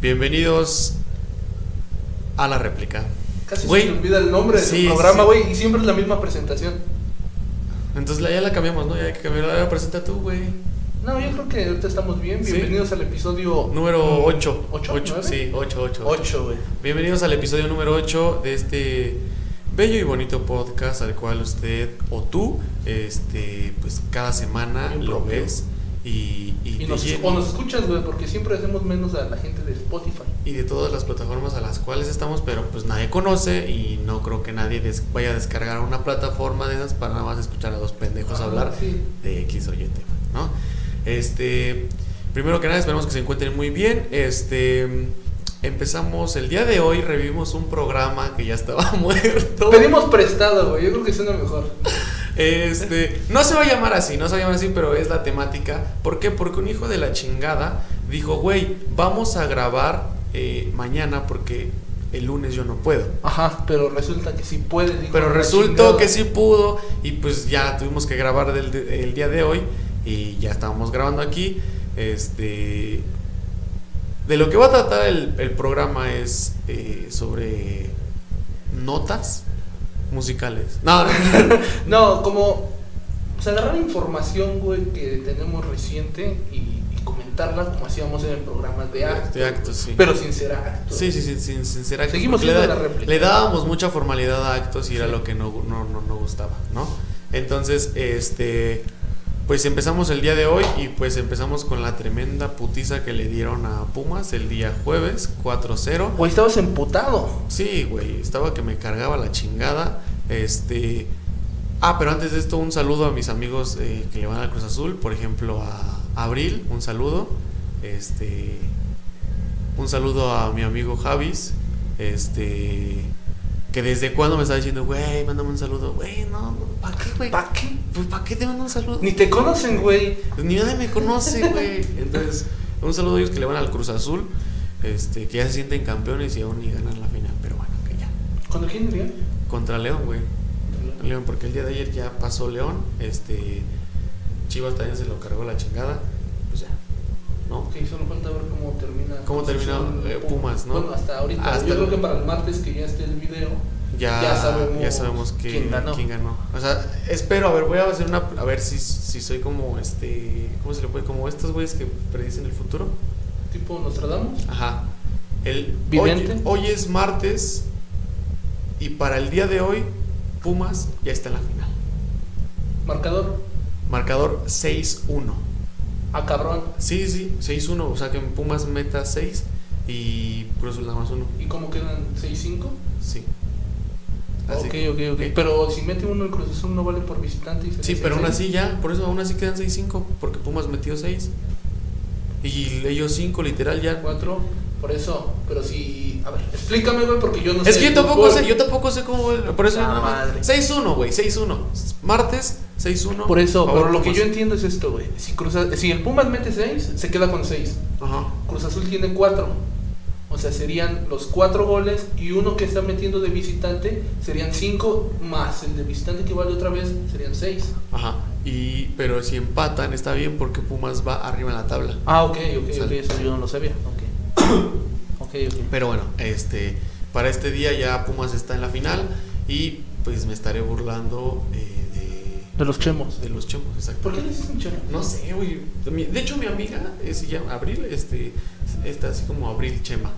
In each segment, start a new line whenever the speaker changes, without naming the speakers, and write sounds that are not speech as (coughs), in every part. Bienvenidos a la réplica.
Casi
Güey,
se me olvida el nombre del
sí,
programa,
sí.
güey, y siempre es la misma presentación.
Entonces la- ya la cambiamos, ¿no? Ya hay que cambiarla. Ahora presenta tú, güey.
No, yo creo que ahorita estamos bien.
Sí.
Bienvenidos al episodio
Número 8.
¿Ocho? ¿Nueve?
Sí, 8, 8.
8, güey.
Bienvenidos al episodio número 8 de este bello y bonito podcast al cual usted o tú, este, pues cada semana
Bien
lo
propio.
ves y, y,
Y
te
nos,
llena.
o nos escuchas, güey, porque siempre hacemos menos a la gente de Spotify.
y de todas las plataformas a las cuales estamos, pero pues nadie conoce y no creo que nadie des- vaya a descargar una plataforma de esas para nada más escuchar a dos pendejos
Ah,
hablar
sí.
de X o Y tema, ¿no? Este, primero que nada, esperamos que se encuentren muy bien. Este, empezamos el día de hoy, revivimos un programa que ya estaba (laughs) muerto.
Pedimos prestado, güey. Yo creo que suena mejor.
Este, no se va a llamar así, no se va a llamar así, pero es la temática. ¿Por qué? Porque un hijo de la chingada dijo, güey, vamos a grabar eh, mañana porque el lunes yo no puedo.
Ajá, pero resulta que sí puede. dijo
Pero
la
resultó
chingada.
que sí pudo y pues ya tuvimos que grabar del, de- el día de hoy y ya estábamos grabando aquí. Este, de lo que va a tratar el, el programa es eh, sobre notas musicales. No, no,
No, como. O sea, agarrar información, güey, que tenemos reciente y, y comentarla como hacíamos en el programa de acto.
de acto, sí.
Pero sin ser acto.
Sí, sí, sí, sin, sin ser actos,
Seguimos
porque le,
siendo
da-
la réplica.
le dábamos mucha formalidad a actos y era
Sí.
lo que no, no, no, no gustaba, ¿no? Entonces, este, pues empezamos el día de hoy y pues empezamos con la tremenda putiza que le dieron a Pumas el día jueves, 4-0.
Güey, estabas emputado.
Sí, güey, estaba que me cargaba la chingada. Este. Ah, pero antes de esto, un saludo a mis amigos eh, que le van al Cruz Azul. Por ejemplo, a Abril, un saludo. Este. Un saludo a mi amigo Javis. Este. Que desde cuando me está diciendo, güey, mándame un saludo. Güey, no, ¿para qué, güey?
¿Para qué?
Pues, ¿Para qué te mando un saludo? Pues,
Ni te conocen, güey.
Ni nadie me conoce, güey. Entonces, un saludo a ellos que le van al Cruz Azul, este, que ya se sienten campeones y aún ni ganan la final, pero bueno, que ya.
¿Cuándo quién diría?
Contra León, güey. León, porque el día de ayer ya pasó León, este, Chivas también se lo cargó la chingada, pues ya, ¿no?
Ok, solo falta ver cómo termina.
¿Cómo termina, eh, Pumas, no?
Bueno, hasta ahorita.
Hasta-
Yo creo que para el martes que ya esté el video.
Ya,
Ya
ya
sabemos
sabemos, que-
quién
quién,
ganó.
ganó. O sea, espero, a ver, voy a hacer una, a ver si, si soy como, este, ¿cómo se le puede? Como estos güeyes que predicen el futuro.
Tipo Nostradamus.
Ajá. El,
Vidente.
Hoy, hoy es martes y para el día de hoy Pumas ya está en la final.
Marcador.
Marcador 6-1.
A cabrón.
Sí, sí, 6-1. O sea que en Pumas meta 6 y Cruz Azul nada más 1.
¿Y cómo quedan? ¿6-5?
Sí. Así
Ok,
que-
ok, ok.
ok.
Pero si mete uno el Cruz Azul no vale por visitante. Y se
Sí,
les
pero aún
hace.
así ya, por eso aún así quedan 6-5, porque Pumas metió 6. Y ellos 5 literal ya.
Cuatro. Por eso. Pero si. A ver, explícame, güey, porque yo no sé.
Es que yo
de
tampoco
fútbol.
sé, yo tampoco sé cómo, por eso
La
nada más.
madre.
6-1, güey, 6-1. Martes 6-1.
Por eso,
Favor,
pero lo que
Pumas.
yo entiendo es esto, güey. Si, Cruz Az- si el Pumas mete 6, se queda con 6.
Ajá.
Cruz Azul tiene 4. O sea, serían los 4 goles y uno que está metiendo de visitante serían 5 más el de visitante que vale otra vez serían 6.
Ajá. Y, pero si empatan está bien porque Pumas va arriba en la tabla.
Ah, ok, ok, ok,
Sale.
eso yo no lo sabía. Ok, (coughs) ok, ok.
Pero bueno, este, para este día ya Pumas está en la final y pues me estaré burlando eh,
De los chemos.
de, de los chemos, exacto.
¿Por qué le dicen chemo?
No sé, güey. Mi- De hecho, mi amiga eh, se llama Abril, este, está así como Abril Chema.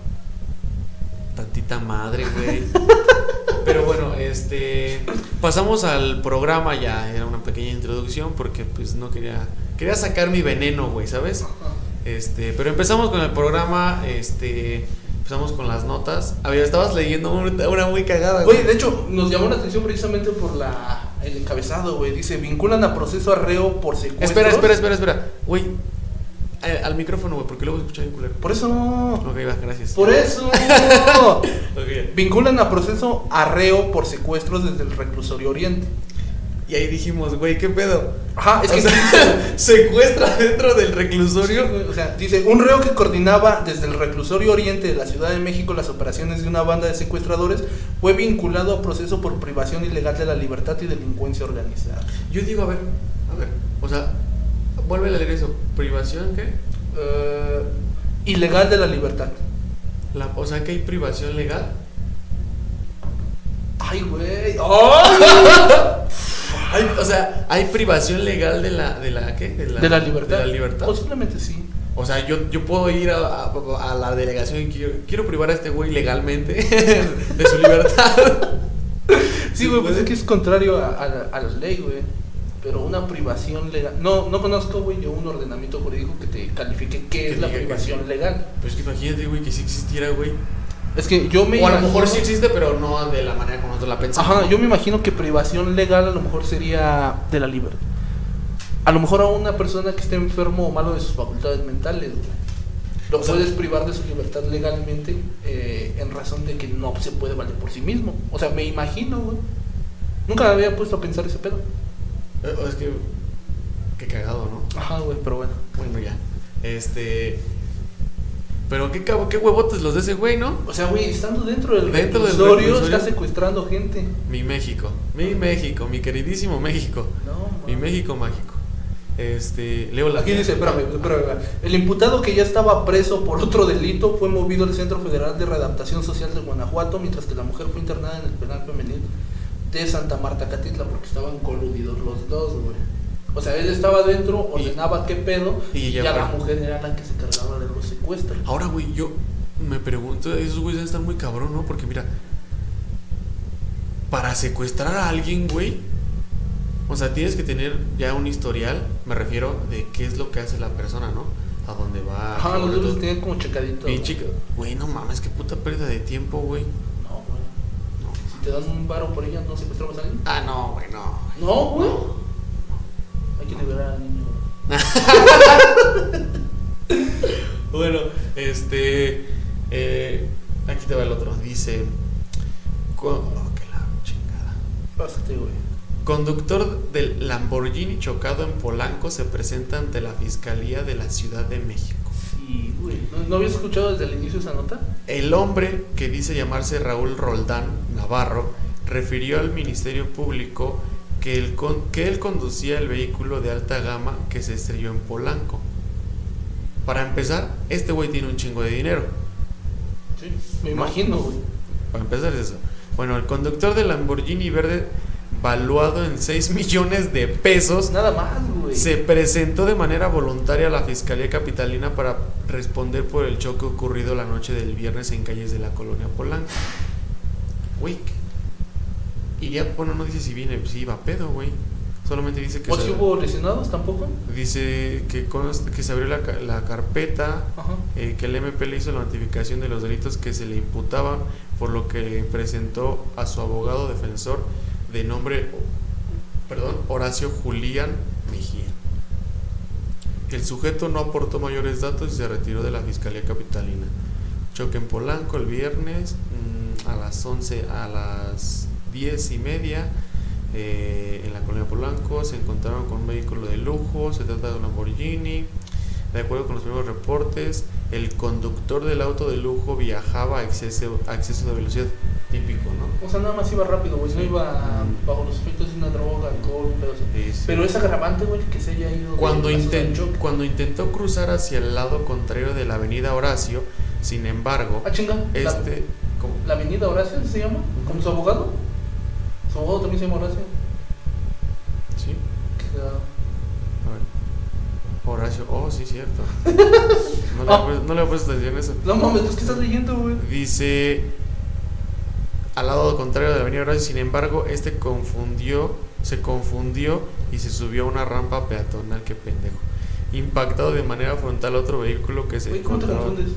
Tantita madre, güey. Pero bueno, este, pasamos al programa ya, era una pequeña introducción porque pues no quería, quería sacar mi veneno, güey, ¿sabes? Este, pero empezamos con el programa, este, empezamos con las notas. A ver, estabas leyendo una, una muy cagada,
Oye, de hecho, nos llamó la atención precisamente por la el encabezado, güey. Dice, vinculan a proceso a reo por secuestro.
Espera, espera, espera, espera. Güey, Eh, al, al micrófono, güey, porque luego escuché bien culero.
Por eso.
Ok, va, gracias.
Por eso.
(laughs) Ok.
Vinculan a proceso arreo por secuestros desde el reclusorio Oriente.
Y ahí dijimos, güey, ¿qué pedo?
Ajá, es
O
que
sea, (laughs)
dice,
secuestra (laughs) dentro del
sí,
reclusorio.
güey, o sea, dice, un reo que coordinaba desde el reclusorio Oriente de la Ciudad de México las operaciones de una banda de secuestradores fue vinculado a proceso por privación ilegal de la libertad y delincuencia organizada.
Yo digo, a ver, a ver, o sea, vuelve a leer eso. ¿Privación qué?
Eh, ilegal de la libertad.
La, o sea que hay privación legal.
Ay, güey. ¡Ay!
Hay- o sea, hay privación legal de la, de la ¿qué? De la,
de la libertad.
de la libertad.
Posiblemente sí.
O sea, yo, yo puedo ir a, a- a la delegación y quiero, quiero privar a este güey legalmente (laughs) de su libertad.
(laughs) Sí, güey, pues es que es contrario a, a la, a la ley, güey. Pero una privación legal. No, no conozco, güey, yo un ordenamiento jurídico que te califique qué
Que
es la
diga que
privación
sí.
legal.
Pues que imagínate, güey, que sí existiera, güey.
Es que yo me.
O a lo
imagino-
mejor sí existe, pero no de la manera como nosotros la pensamos.
Ajá, yo me imagino que privación legal a lo mejor sería de la libertad. A lo mejor a una persona que esté enfermo o malo de sus facultades mentales, güey. Lo
O sea-
puedes privar de su libertad legalmente eh, en razón de que no se puede valer por sí mismo. O sea, me imagino, güey. Nunca me había puesto a pensar ese pedo.
Eh, Es que. Qué cagado, ¿no?
Ajá, güey, pero bueno.
Bueno, ya. Este. Pero qué, cabo- qué huevotes los de ese güey, ¿no?
O sea, güey, estando dentro del
Dentro del
reclusorio,
reclusorio.
está secuestrando gente.
Mi México. Mi México, mi queridísimo México.
No,
Mi
mames.
México mágico. Este. Leo la.
Aquí dice, espérame, espérame, espérame. El imputado que ya estaba preso por otro delito fue movido al Centro Federal de Readaptación Social de Guanajuato, mientras que la mujer fue internada en el penal femenil de Santa Marta Catitla, porque estaban coludidos los dos, güey. O sea, él estaba adentro,
Y-
ordenaba qué pedo,
y
y
ella
ya
fue.
la
Ah,
mujer era la que se encargaba de los secuestros.
Ahora, güey, yo me pregunto, esos güeyes deben estar muy cabrón, ¿no? Porque mira, para secuestrar a alguien, güey, o sea, tienes que tener ya un historial, me refiero, de qué es lo que hace la persona, ¿no? A dónde va.
Ajá,
qué
Ah, los
boleto.
dos tenían como checadito.
Y
güey.
chica, güey, no mames, qué puta pérdida de tiempo, güey.
No, güey.
No.
Si te dan un varo por ella, ¿no secuestramos a alguien?
Ah, no, güey, no.
No, güey. Hay que liberar al niño, güey.
Bueno, este. eh, aquí te va el otro. Dice. cu- oh, que la chingada.
Pásate, güey.
Conductor del Lamborghini chocado en Polanco se presenta ante la Fiscalía de la Ciudad de México.
Sí, güey. ¿No, no habías escuchado desde el inicio esa nota?
El hombre, que dice llamarse Raúl Roldán Navarro, refirió al Ministerio Público que, el con- que él conducía el vehículo de alta gama que se estrelló en Polanco. Para empezar, este güey tiene un chingo de dinero.
Sí. Me imagino, güey.
Para empezar es eso. Bueno, el conductor del Lamborghini verde, valuado en 6 millones de pesos,
Pues Nada más, güey.
Se presentó de manera voluntaria a la Fiscalía Capitalina para responder por el choque ocurrido la noche del viernes en calles de la colonia Polanco. Güey, ¿qué? iría, bueno, no dice si viene, si iba a pedo, güey. Solamente dice que,
¿O
se-
si Pues hubo lesionados tampoco?
dice que, consta- que se abrió la, ca- la carpeta,
Ajá.
eh, que el MP le hizo la notificación de los delitos que se le imputaban, por lo que presentó a su abogado defensor de nombre, perdón, Horacio Julián Mejía. El sujeto no aportó mayores datos y se retiró de la Fiscalía Capitalina. Choque en Polanco el viernes mm, a las 11, a las 10 y media. eh, en la colonia Polanco se encontraron con un vehículo de lujo, se trata de un Lamborghini. De acuerdo con los primeros reportes, el conductor del auto de lujo viajaba a exceso, a exceso de velocidad. Típico, ¿no?
O sea, nada más iba rápido, güey. No
Sí.
iba bajo los efectos de una droga, alcohol, un pedo así.
Es-
Pero es agravante, güey, que se haya ido.
Este, Cuando,
de-
inten-
de choque.
cuando intentó cruzar hacia el lado contrario de la avenida Horacio, sin embargo,
Ah, chinga. la-
este... ¿cómo?
La, avenida Horacio se llama. ¿Con su abogado? Su abogado también se llama Horacio.
¿Sí?
Qué cagado.
A ver. Horacio, oh, sí, cierto. (laughs) No le,
Ah. (laughs)
he puesto- no le he puesto atención a eso.
No mames, ¿tú qué estás leyendo, güey?
Dice, al lado contrario de la avenida Horacio, sin embargo, este confundió, se confundió y se subió a una rampa peatonal, que pendejo. Impactado de manera frontal a otro vehículo que se
Güey, ¿cómo te
encontraba-
confundes?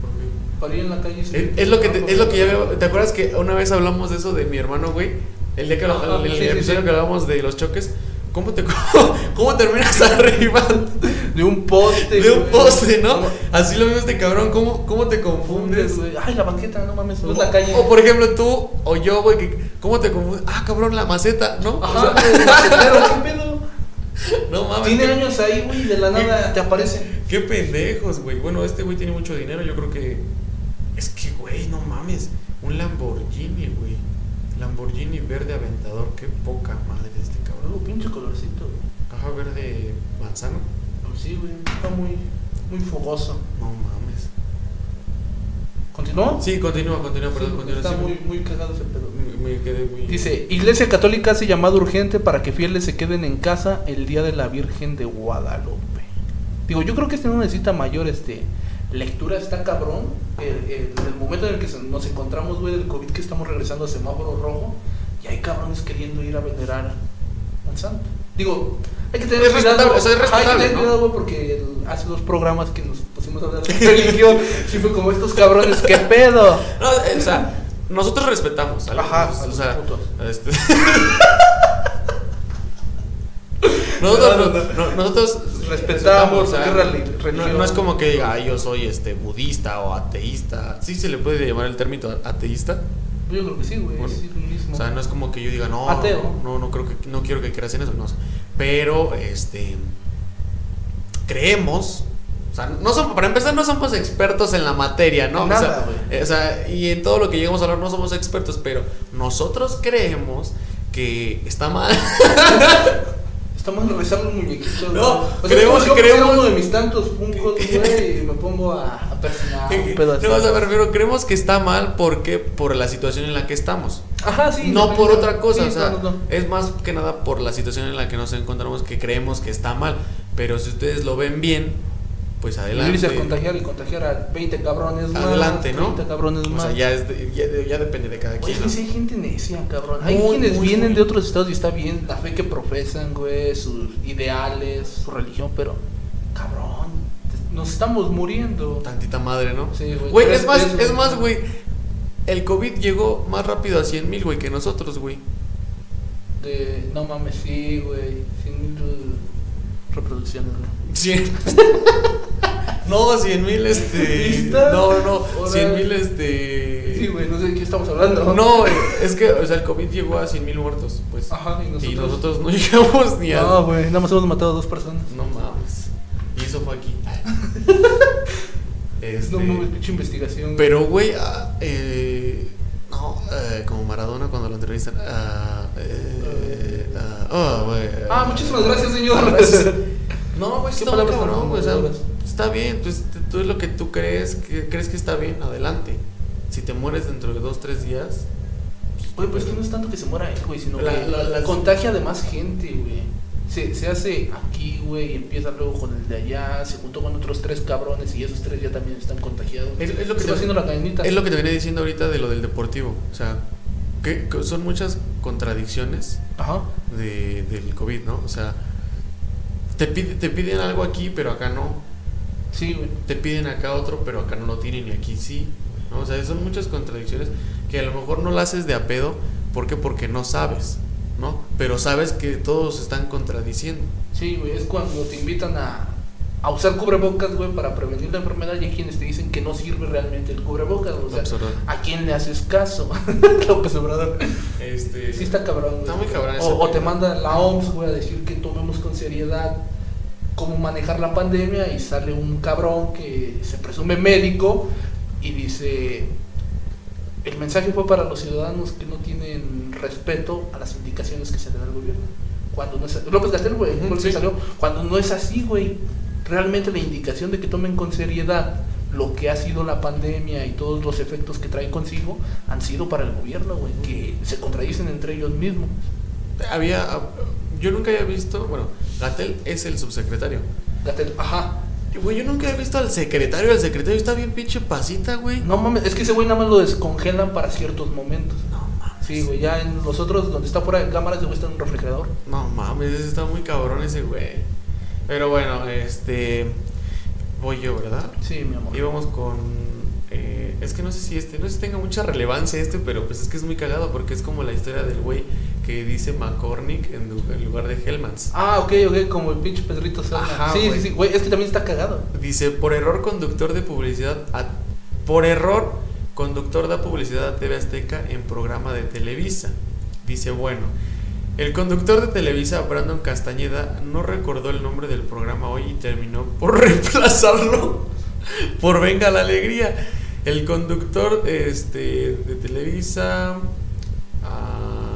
¿Por qué?
Para ir en la calle. y
Es,
se-
es lo que te- es lo que ya veo. ¿Te acuerdas que una vez hablamos de eso de mi hermano, güey? El día que lo-
Ajá,
el, el
Ah, sí, sí,
episodio
sí.
que hablábamos de los choques, ¿cómo te (laughs) cómo terminas (laughs) arriba
De un poste.
de un
güey.
poste, no?
No
Así lo mismo este cabrón, ¿cómo, cómo te
Confundes,
confundes?
güey. Ay, la banqueta, no mames, no es la calle.
O por ejemplo tú o yo, güey, que- ¿cómo te confundes? Ah, cabrón, la maceta, ¿no? O
Ajá,
sea,
güey, el macetero, ¿qué pedo?
(laughs) no mames.
Tiene
qué-
años ahí, güey, y de la nada te aparece.
Qué pendejos, güey. Bueno, este güey tiene mucho dinero. Yo creo que. Es que, güey, no mames. Un Lamborghini, güey. Lamborghini verde aventador. Qué poca madre de este cabrón.
Algo pinche colorcito, Pues güey.
Caja verde manzano.
Sí, güey, está muy, muy fogoso.
No mames.
¿No?
Sí, continúa, continúa, perdón,
Sí,
continúa.
está
sí,
muy, muy cagado ese pedo.
me, me quedé muy.
Dice, Iglesia Católica hace llamado urgente para que fieles se queden en casa el día de la Virgen de Guadalupe. Digo, yo creo que este no necesita mayor este lectura, está cabrón. El, el- el momento en el que se- nos encontramos, güey, del COVID que estamos regresando a semáforo rojo y hay cabrones queriendo ir a venerar al santo. Digo, hay que tener
Es
cuidado.
respetable, o sea, es
Ajá, hay que
respetable,
tener
¿no?
cuidado, güey, porque el- hace dos programas que nos pusimos a hablar
(laughs)
de religión, sí fue como estos cabrones, qué pedo.
No, eh, o sea, nosotros respetamos. a los-
Ajá, a
o
los
sea,
putos. (laughs)
este- nosotros,
No, no, no.
no- nosotros
Respetamos, ¿qué reli-
no,
religión?
no es como que diga, "Ay, yo soy este budista o ateísta. Sí se le puede llamar el término ateísta.
Yo creo que sí, güey,
Bueno,
sí, lo mismo.
O sea, no es como que yo diga, no,
Ateo.
no, no creo que, no quiero que creas en eso, no. Pero, este, creemos, o sea, no somos, para empezar, no somos expertos en la materia, ¿no?
En
O sea,
nada,
eh, o, sea, y en todo lo que llegamos a hablar no somos expertos, pero nosotros creemos que está mal.
Está mal regresar los muñequitos.
No,
güey. o sea,
creemos-
es como si yo
creemos-
pusiera uno de mis tantos
(laughs)
funcos, güey, y me pongo a, a personar Ah, un pedo así.
no, o sea, me refiero, creemos que está mal porque por la situación en la que estamos.
Ajá, sí.
no por
depende.
otra cosa,
Sí,
o sea,
no, no, no.
es más que nada por la situación en la que nos encontramos que creemos que está mal, pero si ustedes lo ven bien, pues
Irse a
adelante.
contagiar y contagiar a 20 cabrones más.
Adelante, ¿no? Pues
30 cabrones
O
más.
sea, ya, es de- ya, ya depende de cada
Oye,
quien.
es
¿no?
que sí hay gente necia, cabrón. Hay
Muy,
quienes
muy,
vienen
muy.
de otros estados y está bien la fe que profesan, güey, sus ideales, su religión, pero, cabrón, te- nos estamos muriendo.
Tantita madre, ¿no?
Sí, güey.
Güey,
Tres-
es más,
tres,
es
güey.
más, güey. El COVID llegó más rápido a 100 mil, güey, que nosotros, güey.
De, no mames, sí, güey. Sin eh, reproducciones, güey.
Cien- (laughs) no, 100 mil, este.
¿Lista?
No, no, no.
Ahora-
100 mil, este.
Sí, güey, no sé de qué estamos hablando.
No, güey, es que, o sea, el COVID llegó a 100 mil muertos, pues.
Ajá, y nosotros.
Y nosotros no (laughs) llegamos ni a.
No, pues. güey, nada más hemos matado a dos personas.
No mames. Y eso fue
(laughs)
aquí. Este,
No mames, pinche investigación. güey.
pero, güey, ah, eh, no, eh, como Maradona cuando lo entrevistan. ah, eh, ah, oh, güey,
Ah, muchísimas
(laughs)
gracias, señor.
Pues,
(laughs)
No, güey,
¿Qué
está muy
palabras tan
cabrón, güey, o sea,
conmovedoras?
está bien, pues t- tú es lo que tú crees, que crees que está bien, adelante. Si te mueres dentro de dos, tres días,
Güey, pues que no es tanto que se muera él, güey, sino
La-
que
la- las-
contagia de más gente, güey. Se, se hace aquí, güey, y empieza luego con el de allá, se juntó con otros tres cabrones y esos tres ya también están contagiados.
Es- es lo que
se
te-
va haciendo la cadenita.
Es lo que te venía diciendo ahorita de lo del deportivo. O sea, que, que son muchas contradicciones
Ajá.
de- del COVID, ¿no? O sea, te, pide- te piden algo aquí, pero acá no.
Sí, güey.
Te piden acá otro, pero acá no lo tienen y aquí sí. ¿no? O sea, son muchas contradicciones que a lo mejor no las haces de a pedo. ¿Por qué? Porque no sabes, ¿no? Pero sabes que todos están contradiciendo.
Sí, güey, es cuando te invitan a, a usar cubrebocas, güey, para prevenir la enfermedad y hay quienes te dicen que no sirve realmente el cubrebocas, güey, o sea,
Absurdo.
¿a quién le haces caso? (laughs) López Obrador.
Este,
Sí está cabrón, güey.
Está muy cabrón ese
O, o te
pedo.
manda la OMS, güey, a decir que tomemos con seriedad cómo manejar la pandemia y sale un cabrón que se presume médico y dice... El mensaje fue para los ciudadanos que no tienen respeto a las indicaciones que se le da al gobierno. Cuando no es López Gatell, güey,
Ujú,
fue el que
sí.
salió. Cuando no es así, güey. Realmente la indicación de que tomen con seriedad lo que ha sido la pandemia y todos los efectos que trae consigo han sido para el gobierno, güey, que se contradicen entre ellos mismos.
Había, yo nunca había visto, bueno, Gatel es el subsecretario.
Gatell, ajá.
Güey, yo nunca he visto al secretario. El secretario está bien pinche pasita, güey.
No mames, es que ese güey nada más lo descongelan para ciertos momentos.
No mames.
Sí, güey, ya en los otros, donde está fuera de cámaras, ese güey está en un refrigerador.
No mames, está muy cabrón ese güey. Pero bueno, este. Voy yo, ¿verdad?
Sí, mi amor.
Íbamos con. eh, es que no sé si este, no sé si tenga mucha relevancia este, pero pues es que es muy cagado porque es como la historia del güey que dice McCormick en, lu- en lugar de Hellmans.
Ah, ok, ok, como el pinche Pedrito Sola.
Ajá,
sí,
güey.
sí, sí, güey, es que también está cagado.
Dice, por error conductor de publicidad a- por error conductor da publicidad a TV Azteca en programa de Televisa. Dice, bueno, el conductor de Televisa, Brandon Castañeda, no recordó el nombre del programa hoy y terminó por (laughs) reemplazarlo por Venga la Alegría. El conductor este, de Televisa... ah,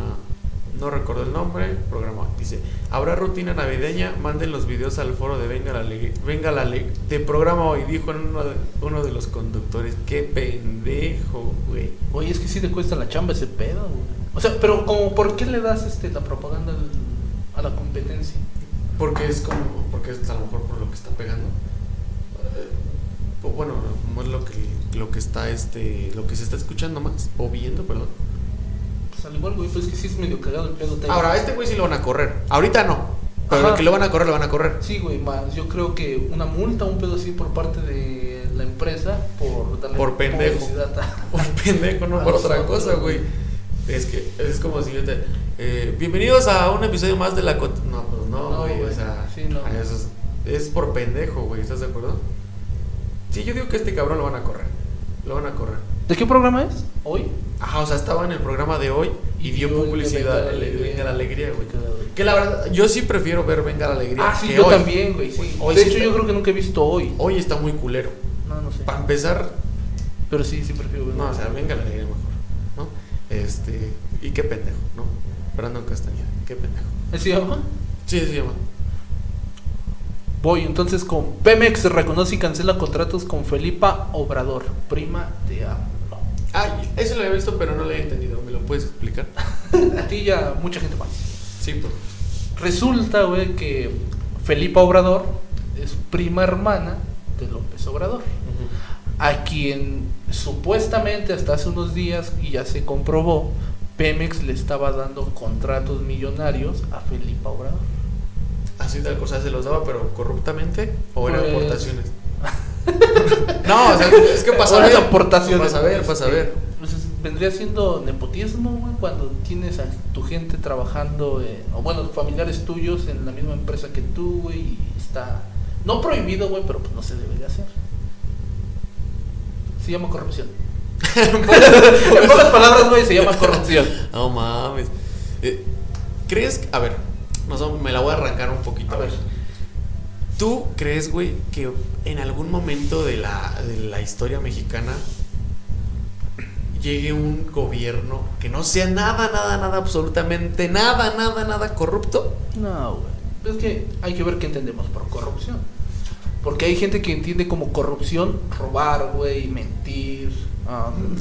no recuerdo el nombre, programa. Dice, habrá rutina navideña, manden los videos al foro de Venga la Alegría, Venga la Alegría, de programa hoy, dijo en uno de, uno de los conductores. Qué pendejo, güey.
Oye, es que sí te cuesta la chamba ese pedo, güey. O sea, pero como, ¿por qué le das este, la propaganda al- a la competencia?
Porque es como, porque es a lo mejor por lo que está pegando. Eh, o bueno, como es lo que, lo que está este, lo que se está escuchando más, o viendo, perdón.
Pues al igual, güey, pues es que sí es medio cagado el pedo. te-
Ahora, a este güey sí lo van a correr. Ahorita no. Pero
Ajá.
lo que lo van a correr, lo van a correr.
Sí, güey, más yo creo que una multa, un pedo así por parte de la empresa por darle
Por pendejo.
publicidad a-
(laughs) Por pendejo, no
A
por otra
nosotros,
cosa, güey. Es que es como si yo te. eh, bienvenidos a un episodio más de la. cot- No, pues
No,
no, güey.
güey,
o sea,
sí, no.
eso es, es por pendejo, güey. ¿Estás de acuerdo? Sí, yo digo que este cabrón lo van a correr. Lo van a correr.
¿De qué programa es? ¿Hoy?
Ajá, o sea, estaba en el programa de hoy y dio
Yo,
publicidad. le- Venga la alegría, güey. Que la verdad, yo sí prefiero ver Venga la alegría.
Ah, sí,
que
yo
hoy.
también, güey, sí.
Hoy
de
sí
hecho,
está-
yo creo que nunca he visto hoy.
Hoy está muy culero.
No, no sé.
Para empezar,
Pero sí, sí prefiero verlo.
No, o sea, venga la alegría mejor, ¿no? Este, y qué pendejo, ¿no? Brandon Castañeda, qué pendejo.
¿Así llama?
Sí, se llama.
Voy entonces con Pemex reconoce y cancela contratos con Felipa Obrador, prima de AMLO.
Ah, eso lo había visto, pero no lo había entendido. ¿Me lo puedes explicar?
A ti ya mucha gente más.
Sí, por
Resulta, güey, que Felipa Obrador es prima hermana de López Obrador, a quien supuestamente hasta hace unos días, y ya se comprobó, Pemex le estaba dando contratos millonarios a Felipa Obrador.
Así tal cosa se los daba, pero corruptamente o eran
Pues-
aportaciones.
(laughs)
no, o sea, es que pasa a ver.
Ahora aportaciones.
Pasa a ver, pasa a ver.
Pues es- vendría siendo nepotismo, güey, cuando tienes a tu gente trabajando, eh, o bueno, familiares tuyos en la misma empresa que tú, güey, y está. No prohibido, güey, pero pues no se debería hacer. Se llama corrupción.
(laughs)
en pocas palabras, güey, se llama corrupción.
No mames. Eh, ¿Crees? que- A ver, nos vamos- me la voy a arrancar un poquito.
A ver.
¿Tú crees, güey, que en algún momento de la, de la historia mexicana llegue un gobierno que no sea nada, nada, nada, absolutamente nada, nada, nada corrupto?
No, güey. Es que hay que ver qué entendemos por corrupción. Porque hay gente que entiende como corrupción robar, güey, mentir.
(laughs)
um,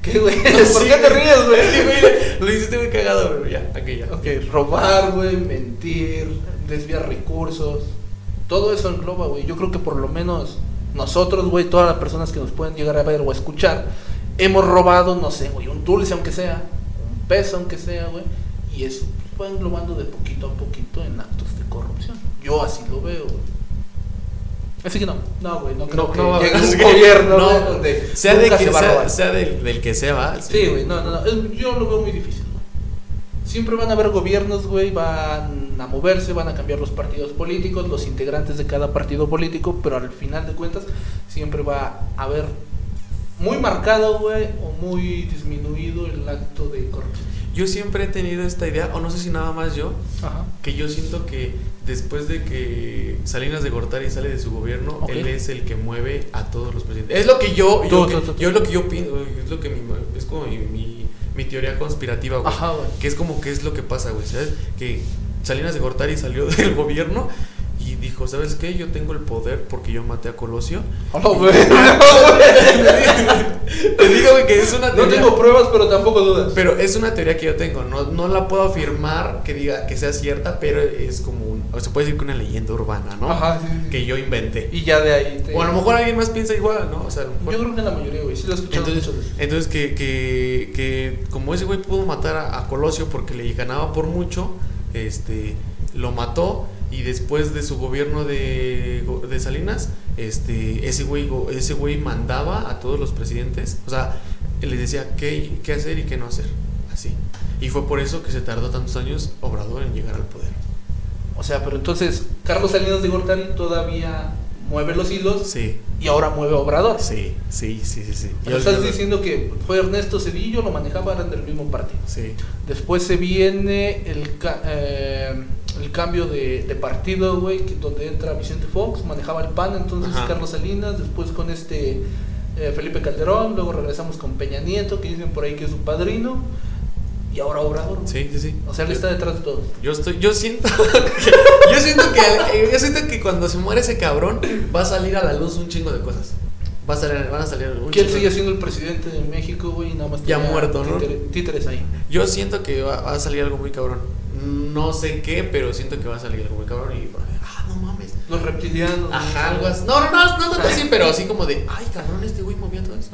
¿Qué, güey? ¿Por
Ah. Sí,
qué te ríes, güey?
Sí, güey, Lo hiciste muy cagado, pero ya, aquí ya.
Ok, robar, güey, mentir, desviar recursos. Todo eso engloba, güey. Yo creo que por lo menos nosotros, güey, todas las personas que nos pueden llegar a ver o a escuchar, hemos robado, no sé, güey, un dulce aunque sea, un peso aunque sea, güey. Y eso pues, va englobando de poquito a poquito en actos de corrupción. Yo así lo veo, güey. Así que no, no, güey, no creo
No,
que
no, (laughs)
llegue
es
un
que-
gobierno,
no,
güey, donde
sea, de
nunca
quien
se va a
sea,
robar.
sea del, del que sea, va.
Sí, güey, no, no, no. es- Yo lo veo muy difícil, güey. Siempre van a haber gobiernos, güey, van a moverse, van a cambiar los partidos políticos, los integrantes de cada partido político, pero al final de cuentas siempre va a haber muy marcado, güey, o muy disminuido el acto de corrupción.
Yo siempre he tenido esta idea, o no sé si nada más yo,
Ajá.
que yo siento que después de que Salinas de Gortari sale de su gobierno,
Ok.
él es el que mueve a todos los presidentes. Es lo que yo, yo,
Todo,
que-
todo, todo.
yo es lo que yo pienso, es lo que mi, es como mi, mi- mi teoría conspirativa, güey.
Ajá, güey.
Que es como que es lo que pasa, güey, ¿sabes? Que Salinas de Gortari salió (laughs) del gobierno y dijo, "¿Sabes qué? Yo tengo el poder porque yo maté a Colosio." (laughs)
Hola, güey. No,
Oh, Te digo güey, que es una
güey. No
teoría-
tengo pruebas, pero tampoco dudas.
pero es una teoría que yo tengo, no, no la puedo afirmar que diga que sea cierta, pero es como un, o se puede decir que una leyenda urbana, ¿no?
Ajá, sí, sí, sí.
Que yo inventé.
Y ya de ahí te...
O a lo mejor alguien más piensa igual, ¿no? O sea, a lo
Yo
mejor-
creo que la mayoría, güey, sí lo he escuchado
entonces,
muchas veces.
entonces que, que, que como ese güey pudo matar a, a Colosio porque le ganaba por mucho, este lo mató y después de su gobierno de, de Salinas, este ese güey go- ese güey mandaba a todos los presidentes, o sea, él les decía qué, qué hacer y qué no hacer, así. Y fue por eso que se tardó tantos años Obrador en llegar al poder.
O sea, pero entonces Carlos Salinas de Gortari todavía mueve los hilos
Sí,
y ahora mueve a Obrador.
sí, sí, sí, sí, sí.
Pero estás diciendo que fue Ernesto Cedillo, lo manejaban en el mismo partido.
Sí.
Después se viene el, ca- eh, el cambio de, de partido, güey, que- donde entra Vicente Fox, manejaba el PAN, entonces
Ajá.
Carlos Salinas, después con este eh, Felipe Calderón, luego regresamos con Peña Nieto, que dicen por ahí que es su padrino, y ahora Obrador. güey.
Sí, sí, sí.
O sea, él
Yo-
está detrás de todos.
Yo estoy, yo siento, que, yo siento que, yo siento que cuando se muere ese cabrón va a salir a la luz un chingo de cosas. Va a salir, van a salir un
¿Quién
chingo.
sigue siendo el presidente de México, güey? y Nada más
Ya
tenía
muerto, ¿no?
títere- Títeres ahí.
Yo siento que va, va a salir algo muy cabrón. No sé qué, pero siento que va a salir algo muy cabrón y ah, no mames.
Los reptilianos.
Ajá, algo así. No, no, no, no tanto así, pero así como de, ay, cabrón, este güey movió todo eso.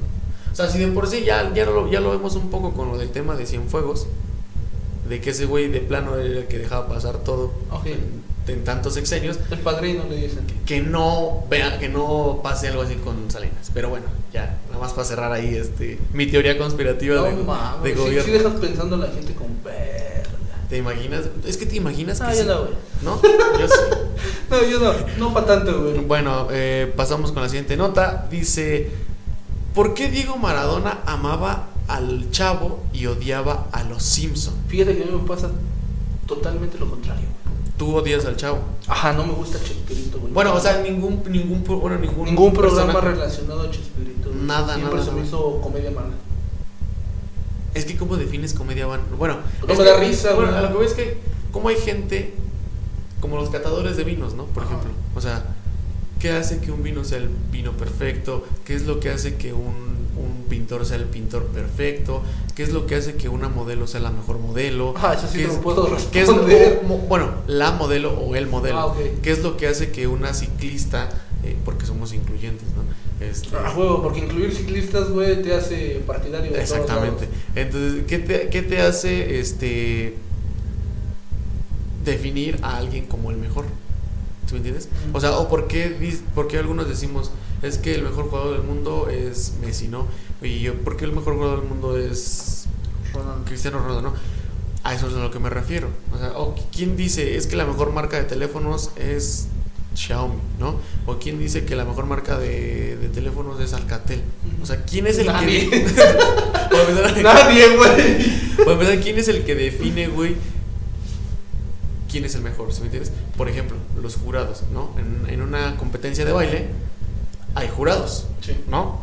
O sea, si de por sí ya, ya, lo, ya lo vemos un poco con lo del tema de Cienfuegos, de que ese güey de plano era el que dejaba pasar todo
Ok.
en, en tantos sexenios,
El padrino le dicen.
que no vea, que no pase algo así con Salinas. Pero bueno, ya, nada más para cerrar ahí este mi teoría conspirativa
No
de,
mames,
de
sí-
gobierno.
sí dejas pensando a la gente con verga.
¿Te imaginas? Es que te imaginas que
Ah, yo
sí,
no, güey.
¿No? Yo sí. (laughs)
No, yo no, no para tanto, güey.
Bueno, eh, pasamos con la siguiente nota. Dice, ¿por qué Diego Maradona amaba al Chavo y odiaba a los Simpson?
Fíjate que a mí me pasa totalmente lo contrario.
Tú odias al Chavo.
Ajá, no me gusta Chespirito, güey.
Bueno, o sea, ningún ningún pro- bueno, ningún,
ningún programa
personaje.
relacionado a Chespirito. güey.
Nada,
Siempre
nada,
se me
nada.
hizo comedia mala.
Es que cómo defines comedia van. Bueno,
No
es
me
que-
da risa,
Bueno,
güey.
a lo que veo es que cómo hay gente como los catadores de vinos, ¿no? Por
Ajá.
ejemplo, o sea, ¿qué hace que un vino sea el vino perfecto? ¿Qué es lo que hace que un un pintor sea el pintor perfecto? ¿Qué es lo que hace que una modelo sea la mejor modelo?
Ajá, eso Ah, sí
¿Qué
te
es-
lo puedo
¿Qué es lo,
responder.
o- mo- bueno, la modelo o el modelo?
Ah, ok.
¿Qué es lo que hace que una ciclista, eh, porque somos incluyentes, ¿no? Este,
A juego, porque incluir ciclistas, güey, te hace partidario. de todos
Exactamente.
lados.
Entonces, ¿qué te, qué te hace este definir a alguien como el mejor? ¿Tú me entiendes? O sea, o por qué, dis- por qué algunos decimos es que el mejor jugador del mundo es Messi, ¿no? Y yo, ¿por qué el mejor jugador del mundo es
Ronaldo.
Cristiano Ronaldo, no? A eso es a lo que me refiero. O sea, o ¿quién dice es que la mejor marca de teléfonos es Xiaomi, ¿no? O ¿quién dice que la mejor marca de, de teléfonos es Alcatel? (laughs) O sea, ¿quién es el
Nadie.
que... Para empezar-
(laughs) Nadie, güey.
para empezar, Pues, ¿quién es el que define, güey? ¿Quién es el mejor? ¿Sí me entiendes? Por ejemplo, los jurados, ¿no? En, en una competencia de baile hay jurados,
Sí.
¿no?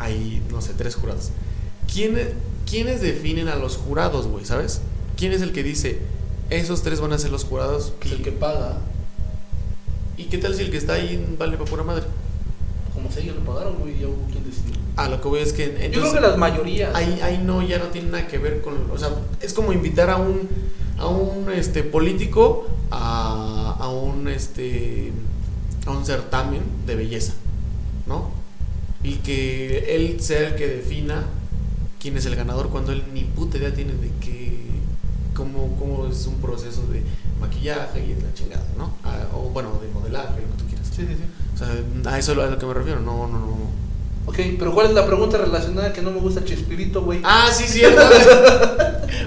Hay, no sé, tres jurados. ¿Quién- e-, ¿Quiénes definen a los jurados, güey? ¿Sabes? ¿Quién es el que dice, esos tres van a ser los jurados?
Es el que paga.
¿Y qué tal si el que está ahí vale para pura madre?
Como si ellos lo pagaron, güey, ya hubo quien decidió.
A lo que voy es que... Entonces,
Yo creo que las mayorías.
ahí, ahí no, ya no tiene nada que ver con, o sea, es como invitar a un, a un este, político a, a un, este, a un certamen de belleza, ¿no? Y que él sea el que defina quién es el ganador cuando él ni puta idea tiene de qué, cómo, cómo es un proceso de maquillaje y la chingada, ¿no? Ah, o bueno, de modelaje, lo que tú quieras.
Sí, sí, sí.
O sea, a eso es lo- a lo que me refiero, no, no, no.
Ok, pero ¿cuál es la pregunta relacionada que no me gusta Chespirito, güey?
Ah, sí, cierto. (laughs)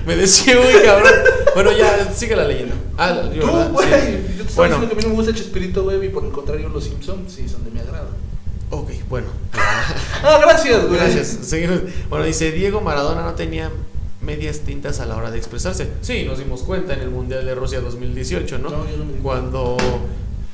Me decía, güey, cabrón. Bueno, ya, sigue la leyenda. Ah, la- yo,
Tú,
¿verdad?
güey.
Sí.
Yo te estaba
Bueno,
diciendo que a mí no me gusta Chespirito, güey, y por el contrario los Simpsons sí son de mi agrado.
ok,
(laughs)
bueno.
Ah, gracias, güey.
Gracias. Seguimos. Bueno, dice Diego Maradona no tenía medias tintas a la hora de expresarse. Sí, nos dimos cuenta en el Mundial de Rusia 2018, ¿no?
No, yo no me di
Cuando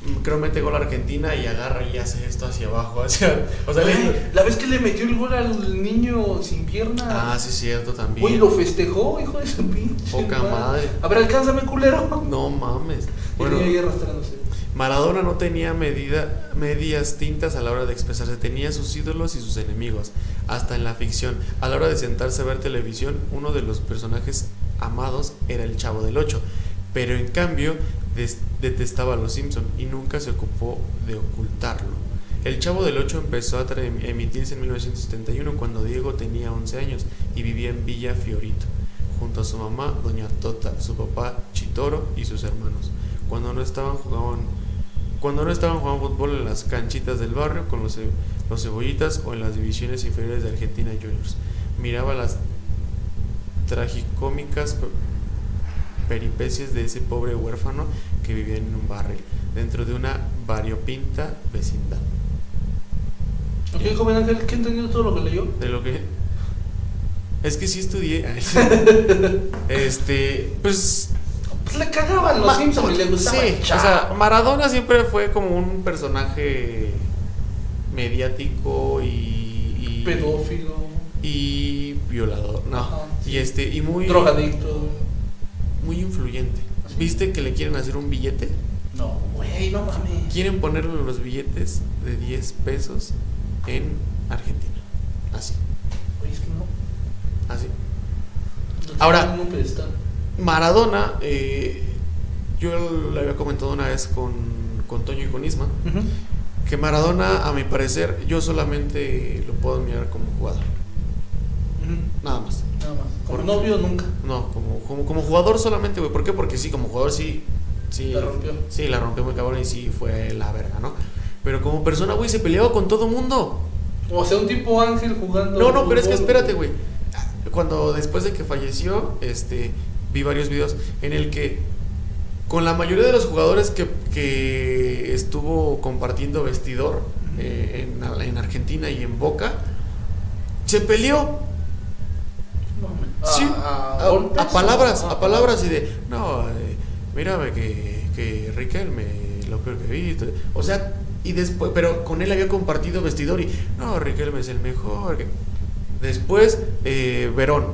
mm, creo mete gol a Argentina y agarra y hace esto hacia abajo, (laughs) hacia, o sea, le-
Güey, la vez que le metió el gol al niño sin pierna.
Ah, sí, cierto también.
Güey, lo festejó, hijo de su pinche.
Poca madre.
A ver, alcánzame, culero. Y
No mames.
El niño ahí arrastrándose.
Maradona no tenía medida, medias tintas a la hora de expresarse, tenía sus ídolos y sus enemigos, hasta en la ficción. A la hora de sentarse a ver televisión, uno de los personajes amados era el Chavo del Ocho, pero en cambio des- detestaba a los Simpson y nunca se ocupó de ocultarlo. El Chavo del Ocho empezó a tra- emitirse en 1971 cuando Diego tenía 11 años y vivía en Villa Fiorito, junto a su mamá, Doña Tota, su papá, Chitoro y sus hermanos. Cuando no estaban jugaban cuando no estaban jugando fútbol en las canchitas del barrio con los, ce- los cebollitas o en las divisiones inferiores de Argentina Juniors. Miraba las tragicómicas pe- peripecias de ese pobre huérfano que vivía en un barril, dentro de una variopinta vecindad.
Ok, joven Ángel, ¿qué entendió todo lo que leyó?
De lo que. Es que sí estudié. (laughs) este. Pues
Pues le cagaban los
Ma-
Simpsons y le gustaba.
Sí,
Chao.
o sea, Maradona siempre fue como un personaje mediático y. y
pedófilo.
Y violador, no.
Ajá.
Y este, y muy.
Drogadicto.
Muy influyente.
Así.
¿Viste que le quieren hacer un billete?
No, güey, no mames.
Quieren ponerle los billetes de 10 pesos en Argentina. Así,
Güey, es que no.
así.
Lo
Ahora-
tienen en un pedestal.
Maradona, eh, yo le había comentado una vez con, con Toño y con Isma, que Maradona, a mi parecer, yo solamente lo puedo mirar como jugador.
Ujú.
Nada más.
Nada más. Como
Por-
novio nunca.
No, como, como, como jugador solamente, güey. ¿Por qué? Porque sí, como jugador sí. Sí,
La rompió.
Sí, la rompió muy cabrón y sí fue la verga, ¿no? Pero como persona, güey, se peleaba con todo mundo.
O sea, un tipo ángel jugando.
No, no, pero es que
fútbol.
espérate, güey. Cuando después de que falleció, este, vi varios videos en el que con la mayoría de los jugadores que, que estuvo compartiendo vestidor eh, en, en Argentina y en Boca, se peleó.
No, mames.
Sí,
A,
a,
a golpes,
a palabras,
Ah,
a palabras y de, no, eh, mírame que, que Riquelme, lo peor que vi. t- O sea, y después, pero con él había compartido vestidor y, no, Riquelme es el mejor. que-". Después, eh, Verón,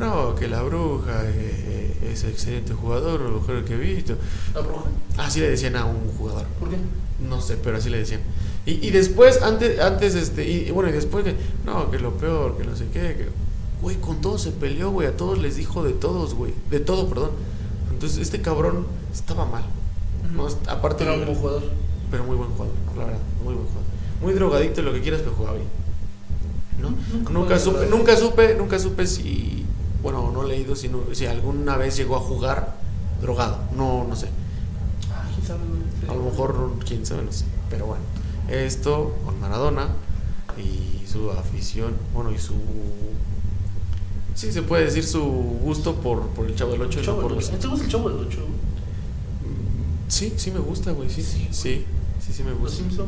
no, que la bruja eh, es excelente jugador, lo mejor que he visto.
La bruja.
Así le decían a un jugador.
¿Por qué?
No sé, pero así le decían. Y, y después, antes, antes este, y y bueno, y después que, no, que lo peor, que no sé qué, que, güey, con todos se peleó, güey, a todos les dijo de todos, güey, de todo, perdón. Entonces, este cabrón estaba mal. ¿no? Est- Aparte,
Pues, Era un buen jugador.
pero muy buen jugador, la verdad, muy buen jugador. Muy drogadicto, lo que quieras, pero jugaba bien. ¿no?
Nunca
Nunca,
fue
supe,
drogado.
nunca supe, nunca supe si, bueno, no he leído si, no- si alguna vez llegó a jugar drogado, no, no sé.
Ah, quién sabe, güey.
Este, A lo mejor, quién sabe, no sé. Pero bueno, esto con Maradona y su afición, bueno, y su. Sí, se puede decir su gusto por, por el Chavo del Ocho. y no
Chavo
por
del
los- Mm,
Ocho. ¿Te gusta el chavo del 8?
Sí, sí me gusta, güey. Sí, sí, sí, sí, sí me
Los
gusta.
Simpson.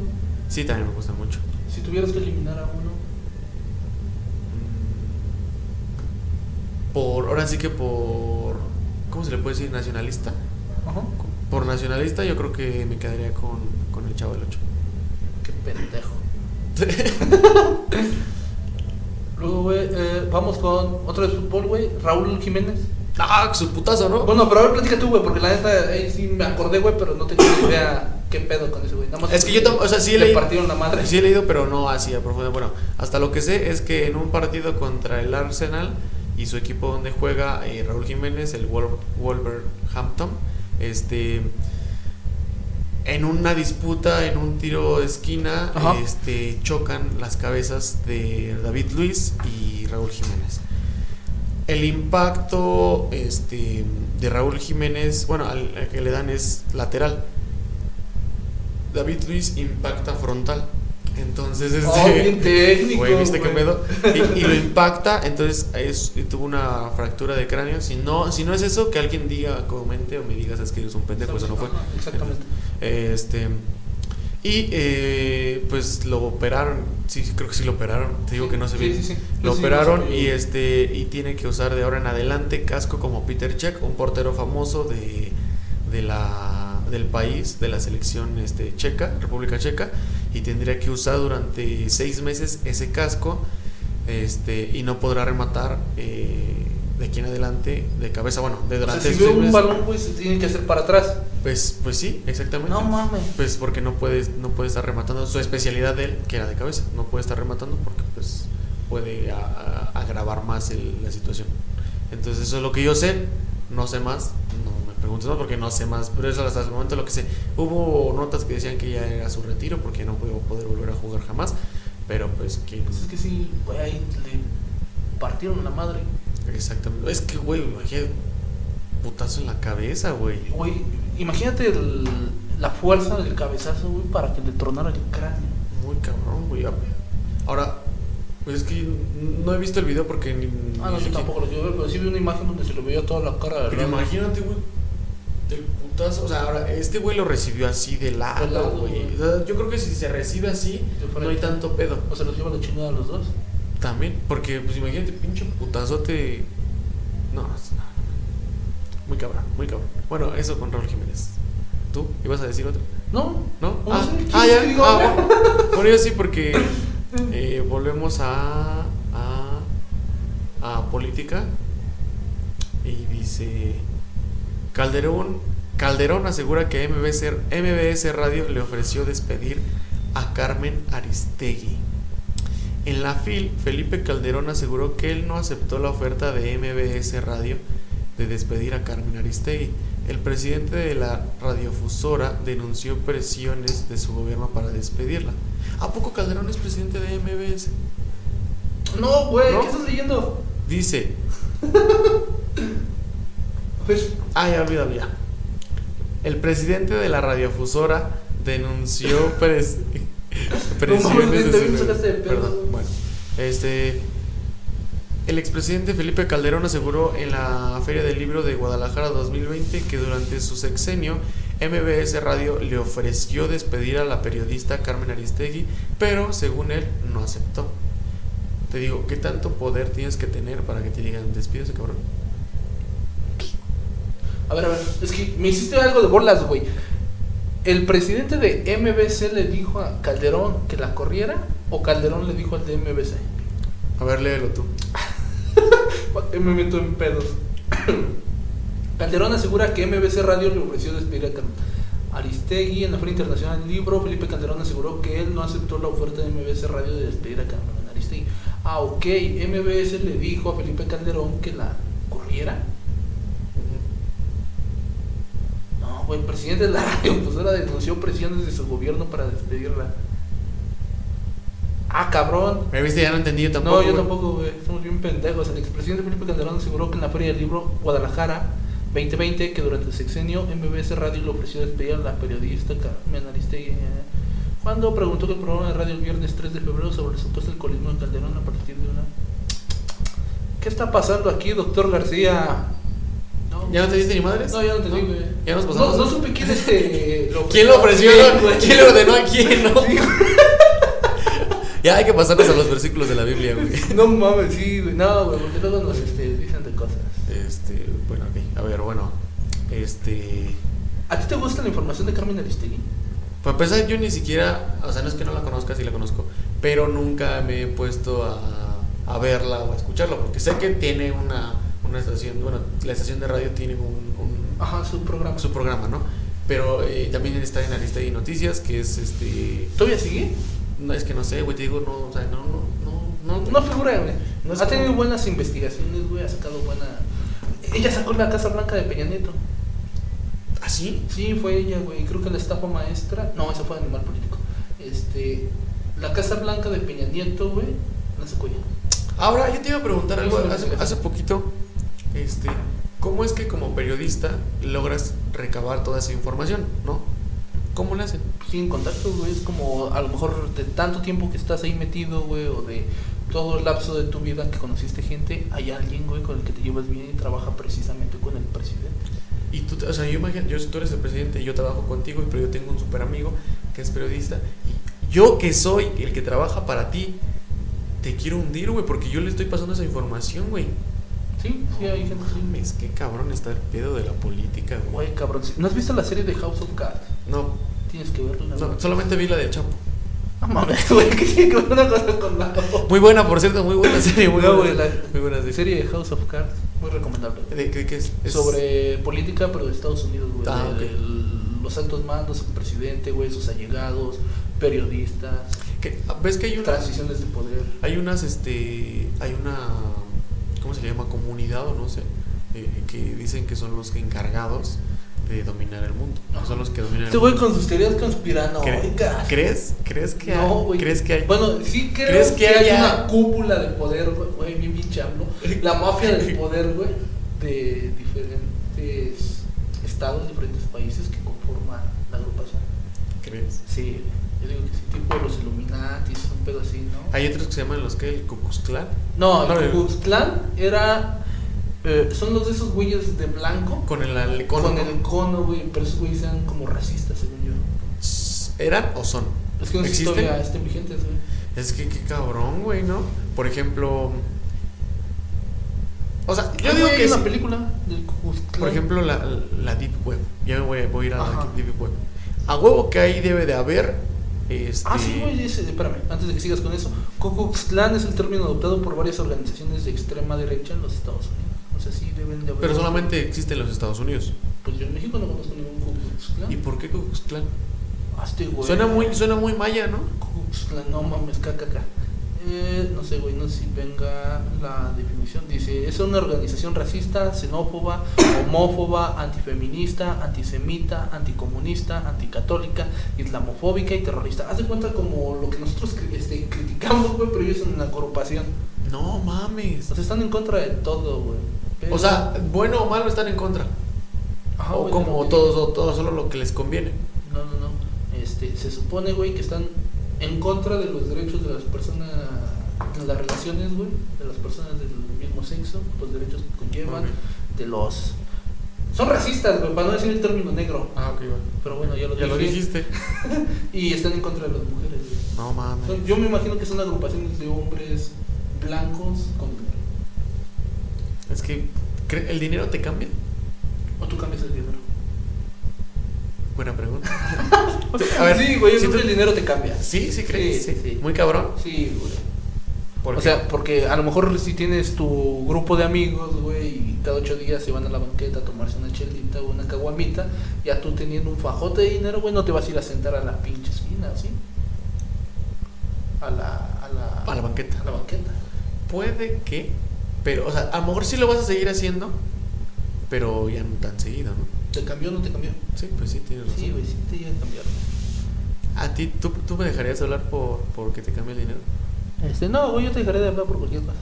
Sí, también me gusta mucho.
Si tuvieras que eliminar a uno,
Mm, Por, ahora sí que por. ¿Cómo se le puede decir? Nacionalista.
Ajá.
Por nacionalista, yo creo que me quedaría con, con el Chavo del Ocho.
qué pendejo. Luego, güey, eh, vamos con otro de fútbol, güey. Raúl Jiménez.
¡Ah, su putazo, no!
Bueno, pero ahora platica tú, güey, porque la neta ahí sí me acordé, güey, pero no tengo ni idea qué pedo con ese, güey. Nada más
Es que yo tam- o sea, sí he
le
leído-
partieron la madre. (laughs)
Sí he leído, pero no así a profundo. Bueno, hasta lo que sé es que en un partido contra el Arsenal y su equipo donde juega eh, Raúl Jiménez, el Wol- Wolverhampton, este en una disputa, en un tiro de esquina,
Ajá.
este chocan las cabezas de David Luis y Raúl Jiménez. El impacto este, de Raúl Jiménez, bueno, al, al que le dan es lateral. David Luis impacta frontal. Entonces, este.
Oh, bien técnico.
Güey, ¿viste qué
güey.
pedo? Y, y
(laughs)
lo impacta, entonces es- y tuvo una fractura de cráneo. Si no, si no es eso, que alguien diga, comente o me digas, es que eres un pendejo, eso no fue.
Ajá, Exactamente.
Este. Y eh, pues lo operaron. Sí, sí, creo que sí lo operaron. Te digo que no se
Sí,
ve.
sí, sí.
Lo
Pues Sí, eh, sí,
operaron
no se
y
vio.
este y tiene que usar de ahora en adelante casco como Peter Check, un portero famoso de, de la, del país, de la selección este, checa, República Checa, y tendría que usar durante seis meses ese casco este y no podrá rematar eh, de aquí en adelante de cabeza, bueno, de
O sea,
durante
si
seis
veo un
meses.
balón, güey, se tiene que hacer para atrás.
Pues, pues sí, exactamente.
No mames.
Pues porque no puede, no puede estar rematando. Su especialidad de él, que era de cabeza, no puede estar rematando porque pues puede a- a- agravar más el- la situación. Entonces eso es lo que yo sé, no sé más, no me preguntes más porque no sé más, pero eso hasta el momento es lo que sé. Hubo notas que decían que ya era su retiro porque no pudo poder volver a jugar jamás, pero pues que
Pues es que sí, güey, ahí le partieron la madre.
exactamente. Es que güey, imagínate, putazo en la cabeza, güey.
Güey, imagínate el- la fuerza del cabezazo, güey, para que le tronara el cráneo.
Muy cabrón, güey. Ahora, pues es que no he visto el video porque ni.
Ah,
ni
no, yo
siquiera-
tampoco lo quiero ver, pero sí vi una imagen donde se le veía toda la cara.
Pero imagínate, güey. Del putazo. O sea, ahora, este güey lo recibió así de lado,
De lado,
güey.
güey.
O sea, yo creo que si se recibe así, no hay tanto pedo.
O se los lleva la chingada a los dos.
También, porque, pues imagínate, pinche putazote. No, no, no. Muy cabrón, muy cabrón. Bueno, eso con Raúl Jiménez. ¿Tú ibas a decir otro?
¿No?
¿No?
No
Ah,
sé, ¿quieres
ah, ya.
que diga
ah,
ahora?
bueno. Bueno, yo sí, porque eh, volvemos a, a, a política Y dice, Calderón, Calderón asegura que MBS, MBS Radio le ofreció despedir a Carmen Aristegui. En la FIL, Felipe Calderón aseguró que él no aceptó la oferta de MBS Radio de despedir a Carmen Aristegui. El presidente de la radiofusora denunció presiones de su gobierno para despedirla. ¿A poco Calderón es presidente de MBS?
No, güey,
¿No?
¿qué estás leyendo?
Dice,
A ver.
Ay, olvídalo ya. El presidente de la radiofusora denunció (laughs) pres-
No mames,
presiones de su-
también sacaste de pedo.
Perdón, bueno. Este el expresidente Felipe Calderón aseguró en la Feria del Libro de Guadalajara 2020 que durante su sexenio MBS Radio le ofreció despedir a la periodista Carmen Aristegui, pero según él no aceptó. Te digo, ¿qué tanto poder tienes que tener para que te digan despídese, cabrón?
A ver, a ver, es que me hiciste algo de bolas, güey. ¿El presidente de MBC le dijo a Calderón que la corriera o Calderón le dijo al de MBC?
A ver, léelo tú.
¿Para qué me meto en pedos? (coughs) Calderón asegura que MBC Radio le ofreció despedir a Carmen Aristegui en la Feria Internacional del Libro. Felipe Calderón aseguró que él no aceptó la oferta de MBC Radio de despedir a Carmen Aristegui. Ah, ok. MBS le dijo a Felipe Calderón que la corriera. No, güey, el presidente de la radiofusora denunció presiones de su gobierno para despedirla. Ah, cabrón.
Me viste, ya no entendí yo tampoco.
No, yo
güey.
tampoco, güey. Somos bien pendejos. El expresidente Felipe Calderón aseguró que en la Feria del Libro Guadalajara 2020, que durante el sexenio MBS Radio le ofreció despedir a la periodista Carmen Aristegui. eh, Cuando preguntó que el programa de radio el viernes 3 de febrero sobre el supuesto alcoholismo de Calderón a partir de una. ¿Qué está pasando aquí, doctor García? No,
¿Ya no te diste ni madres?
No, ya no te digo, güey.
Ya nos pasamos.
No, no supe quién este.
(laughs)
lo
¿Quién lo ofreció?
Sí, güey.
¿Quién le ordenó a quién? (laughs) No?
Sí, güey. (laughs)
Ya hay que pasarnos a los versículos de la Biblia, güey.
No mames, sí, güey. No, güey, porque luego nos este, dicen de cosas.
Este, bueno, ok. A ver, bueno. Este.
¿A ti te gusta la información de Carmen Aristegui?
Para empezar, yo ni siquiera. O sea, no es que no la conozca, sí la conozco. Pero nunca me he puesto a, a verla o a escucharla. Porque sé que tiene una, una estación. Bueno, la estación de radio tiene un- un
Ajá, su programa.
su programa, ¿no? Pero eh, también está en la lista de noticias, que es este.
¿Todavía sigue?
No, es que no sé, güey, te digo, no, o sea, no, no, no, no.
No figura, güey.
No es
ha tenido
como-
buenas investigaciones, güey. Ha sacado buena. Ella sacó la Casa Blanca de Peña Nieto.
¿Así?
Sí, fue ella, güey. Creo que la estafa maestra. No, esa fue animal político. Este. La Casa Blanca de Peña Nieto, güey. La sacó ella.
Ahora, yo te iba a preguntar algo hace, hace poquito, este, ¿cómo es que como periodista logras recabar toda esa información, no? ¿Cómo le hacen?
Sí, en contacto, güey, es como a lo mejor de tanto tiempo que estás ahí metido, güey, o de todo el lapso de tu vida que conociste gente, hay alguien, güey, con el que te llevas bien y trabaja precisamente con el presidente.
Y tú, te- o sea, yo imagino, yo, tú eres el presidente, yo trabajo contigo, pero yo tengo un super amigo que es periodista. Y yo que soy el que trabaja para ti, te quiero hundir, güey, porque yo le estoy pasando esa información, güey.
Sí, sí, hay gente así.
Mames, qué cabrón está el pedo de la política, güey.
Güey, cabrón, ¿sí? ¿no has visto la serie de House of Cards?
No,
Tienes que verla. güey.
no, solamente vi la del Chapo.
(laughs) No mames, güey, que tiene que ver una cosa con la
Muy buena, por cierto, muy buena (laughs) serie, muy
No,
buena.
güey, la-
muy buena
La
serie.
serie de House of Cards, muy recomendable.
¿De qué, qué es? Es-
Sobre política, pero de Estados Unidos, güey.
Ah,
de-
ok.
del- los altos mandos, el presidente, güey, sus allegados, periodistas.
que- ¿Ves que hay unas,
transiciones de poder.
hay unas, este, hay una, ¿cómo se le llama? Comunidad o no sé, eh, que dicen que son los encargados de dominar el mundo.
Ajá.
Son los que dominan
Este
el
güey
mundo.
con sus teorías
¿Cre-
conspiranoicas.
¿Crees? ¿Crees que hay-
No, güey.
¿Crees que hay?
Bueno, sí creo
¿Crees
que,
que
hay
haya-
una cúpula de poder, güey, bien pinche AMLO. La
(laughs)
mafia del poder, güey, de diferentes estados, diferentes países que conforman la agrupación.
¿Crees?
Sí, yo digo que sí, tipo los Illuminati, un pedo así, ¿no?
Hay otros que se llaman los que el Ku Klux Klan.
No,
No, eh.
el
el-
Ku Klux Klan era... eh, son los de esos güeyes de blanco
Con el halcón.
con, el cono, güey, pero esos güeyes eran como racistas, según yo.
¿Eran o son?
Es que no sé si
¿Existen?
todavía estén vigentes, güey.
Es que qué cabrón, güey, ¿no? Por ejemplo. O sea, yo
Ah,
digo
güey,
que
hay una
sí.
película del Ku Klux Klan.
Por ejemplo, la, la Deep Web. Ya me voy, voy a ir a
Ajá.
la Deep Web. A huevo que ahí debe de haber. Este,
Ah, sí, güey, ese- espérame, antes de que sigas con eso. Ku Klux Klan es el término adoptado por varias organizaciones de extrema derecha en los Estados Unidos. O sea, sí deben de haber.
Pero solamente existe en los Estados Unidos.
Pues yo en México no conozco ningún Ku Klux Klan.
¿Y por qué Ku Klux Klan?
Ah, este güey.
Suena muy, suena muy maya, ¿no?
Ku Klux Klan, no mames, caca. Eh, no sé, güey, no sé si venga la definición. Dice, es una organización racista, xenófoba, homófoba, antifeminista, antisemita, anticomunista, anticatólica, islamofóbica y terrorista. Haz de cuenta como lo que nosotros cri- este, criticamos, güey, pero ellos son una agrupación.
No mames.
O sea, están en contra de todo, güey. Pero-
O sea, bueno o malo están en contra.
Ajá,
o
güey,
como
lo que-
todos, o todo solo lo que les conviene.
No, no, no. Este, se supone, güey, que están en contra de los derechos de las personas, de las relaciones, güey, de las personas del mismo sexo, los derechos que conllevan,
Ok.
de los... Son racistas, güey, para no decir el término negro.
Ah, ok, bueno.
Pero bueno, ya lo,
Ya lo
dije. (laughs)
dijiste.
Y están en contra de las mujeres, güey.
No
Son-
mames.
yo me imagino que son agrupaciones de hombres blancos con...
Es que cre- el dinero te cambia.
O tú cambias el dinero.
Buena pregunta. A ver,
sí, güey,
si
siempre
tú-
el dinero te cambia.
Sí, sí crees.
Sí,
Sí,
sí.
Muy cabrón.
Sí, güey.
¿Por
O
qué?
sea, porque a lo mejor si tienes tu grupo de amigos, güey, y cada ocho días se van a la banqueta a tomarse una chelita o una caguamita, ya tú teniendo un fajote de dinero, güey, no te vas a ir a sentar a la pinche esquina, ¿sí? A la, a la,
a la banqueta.
a la banqueta.
Puede que, pero, o sea, a lo mejor sí lo vas a seguir haciendo, pero ya no tan seguido, ¿no?
¿Te cambió o no te cambió?
Sí, pues sí, tienes razón.
Sí, güey, sí te llega a cambiar.
¿A ti, tú, tú me dejarías hablar por, por que te cambie el dinero?
Este, no, güey, yo te dejaré de hablar por cualquier cosa.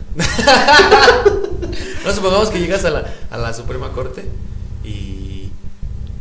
No, supongamos que llegas a la, a la Suprema Corte y,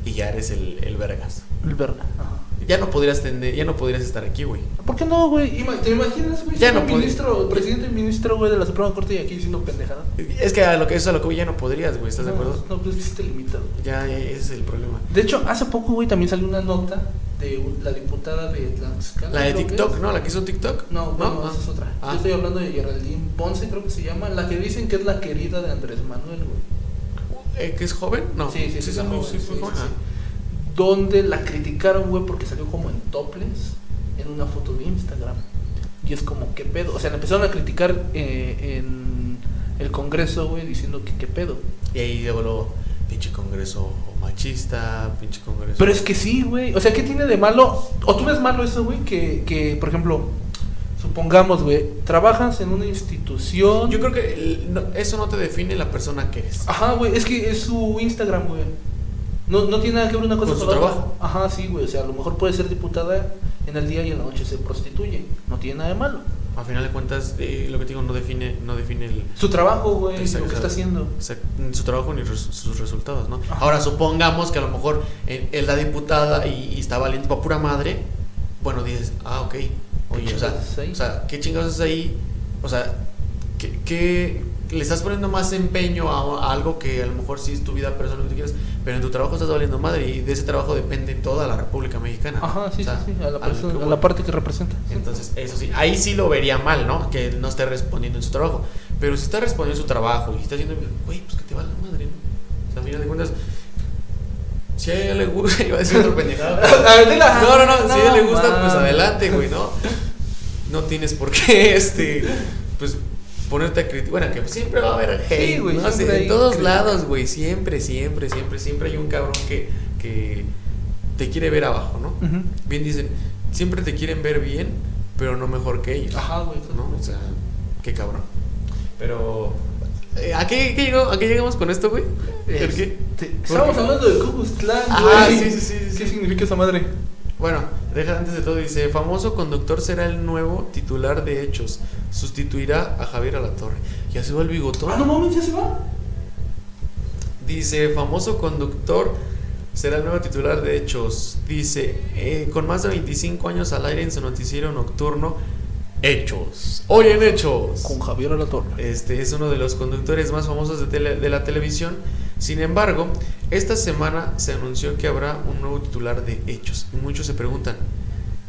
y ya eres el, el vergas.
El verga. Ajá.
Ya no podrías tener, ya no podrías estar aquí, güey.
¿Por qué no, güey? Ima- ¿Te imaginas, güey?
Ya
siendo
no puede.
ministro, presidente y ministro, güey, de la Suprema Corte y aquí diciendo pendejada.
Es que a lo que eso es a lo que voy, ya no podrías, güey, ¿estás de
No,
acuerdo?
No, pues sí te limitas, güey.
Ya, ya, ese es el problema.
De hecho, hace poco, güey, también salió una nota de un- la diputada de Tlaxcala.
La de
creo que
TikTok,
es.
¿no? La que hizo TikTok.
No, no,
Ah.
esa es otra.
Ah.
Yo estoy hablando de Geraldine Ponce, creo que se llama, la que dicen que es la querida de Andrés Manuel, güey.
Eh, ¿Que es joven? No.
Sí, sí, sí,
es
la
muy-
joven,
sí, fue
sí,
joven.
sí, sí.
Ah.
Donde la criticaron, güey, porque salió como en toples en una foto de Instagram. Y es como, ¿qué pedo? O sea, la empezaron a criticar eh, en el Congreso, güey, diciendo que, ¿qué pedo?
Y ahí luego, luego, pinche congreso machista, pinche congreso.
Pero es que sí, güey. O sea, ¿qué tiene de malo? ¿O tú ves malo eso, güey? Que, que, por ejemplo, supongamos, güey, trabajas en una institución.
Yo creo que el- no, eso no te define la persona que eres.
Ajá, güey, es que es su Instagram, güey. No, no tiene nada que ver una cosa
Con su
la otra.
trabajo.
Ajá, sí, güey. O sea, a lo mejor puede ser diputada en el día y en la noche se prostituye. No tiene nada de malo.
A final de cuentas, eh, lo que te digo no define, no define el,
Su trabajo, güey,
Exacto,
lo que
exacto.
está haciendo.
o sea, su trabajo ni res- sus resultados, ¿no?
Ajá.
Ahora, supongamos que a lo mejor eh, es la diputada y, y está valiendo para pura madre. Bueno, dices, ah, ok. Oye, o sea,
chingados haces ahí?
o sea, ¿qué chingados es ahí? O sea, ¿qué, qué- le estás poniendo más empeño a, a algo que a lo mejor sí es tu vida personal, lo que tú quieras, pero en tu trabajo estás valiendo madre y de ese trabajo depende toda la República Mexicana.
Ajá, sí,
O sea,
sí, sí. A la,
lo
persona-
que
a
voy.
la parte que representa.
Entonces, eso sí, ahí sí lo vería mal, ¿no? Que no esté respondiendo en su trabajo. Pero si está respondiendo en su trabajo y está haciendo, güey, pues que te va la madre, ¿no? O sea, a final de cuentas, si a ella le gusta, (laughs) iba a decir otra pendejada.
(laughs) A ver, dila. Ah.
No, no, no, si a ella le
No,
gusta, pues
mames.
adelante, güey, ¿no? No tienes por qué, (laughs) este, pues ponerte a criticar. Bueno, que siempre va a haber hate,
Sí, güey,
¿no?
siempre
Sí,
hay
en todos
crítica.
lados, güey, siempre, siempre, siempre, siempre hay un cabrón que, que te quiere ver abajo, ¿no?
Ujú.
Bien dicen, siempre te quieren ver bien, pero no mejor que ellos.
Ajá, güey.
¿No? O sea, qué cabrón. Pero. eh, ¿A qué, qué llegó- a qué llegamos con esto, güey? ¿Por qué?
Este,
¿Por
Estamos
qué?
hablando de Ku Klux Klan,
Ah,
güey.
sí, sí, sí, sí,
¿Qué
sí.
significa esa madre?
Bueno, deja antes de todo, dice: famoso conductor será el nuevo titular de hechos. Sustituirá a Javier Alatorre. Ya se va el bigotón.
Ah, no mames, ya se va.
Dice, famoso conductor será el nuevo titular de Hechos. Dice, eh, con más de 25 años al aire en su noticiero nocturno, Hechos. Hoy en Hechos.
Con Javier Alatorre.
Este es uno de los conductores más famosos de, tele- de la televisión. Sin embargo, esta semana se anunció que habrá un nuevo titular de Hechos. Y muchos se preguntan.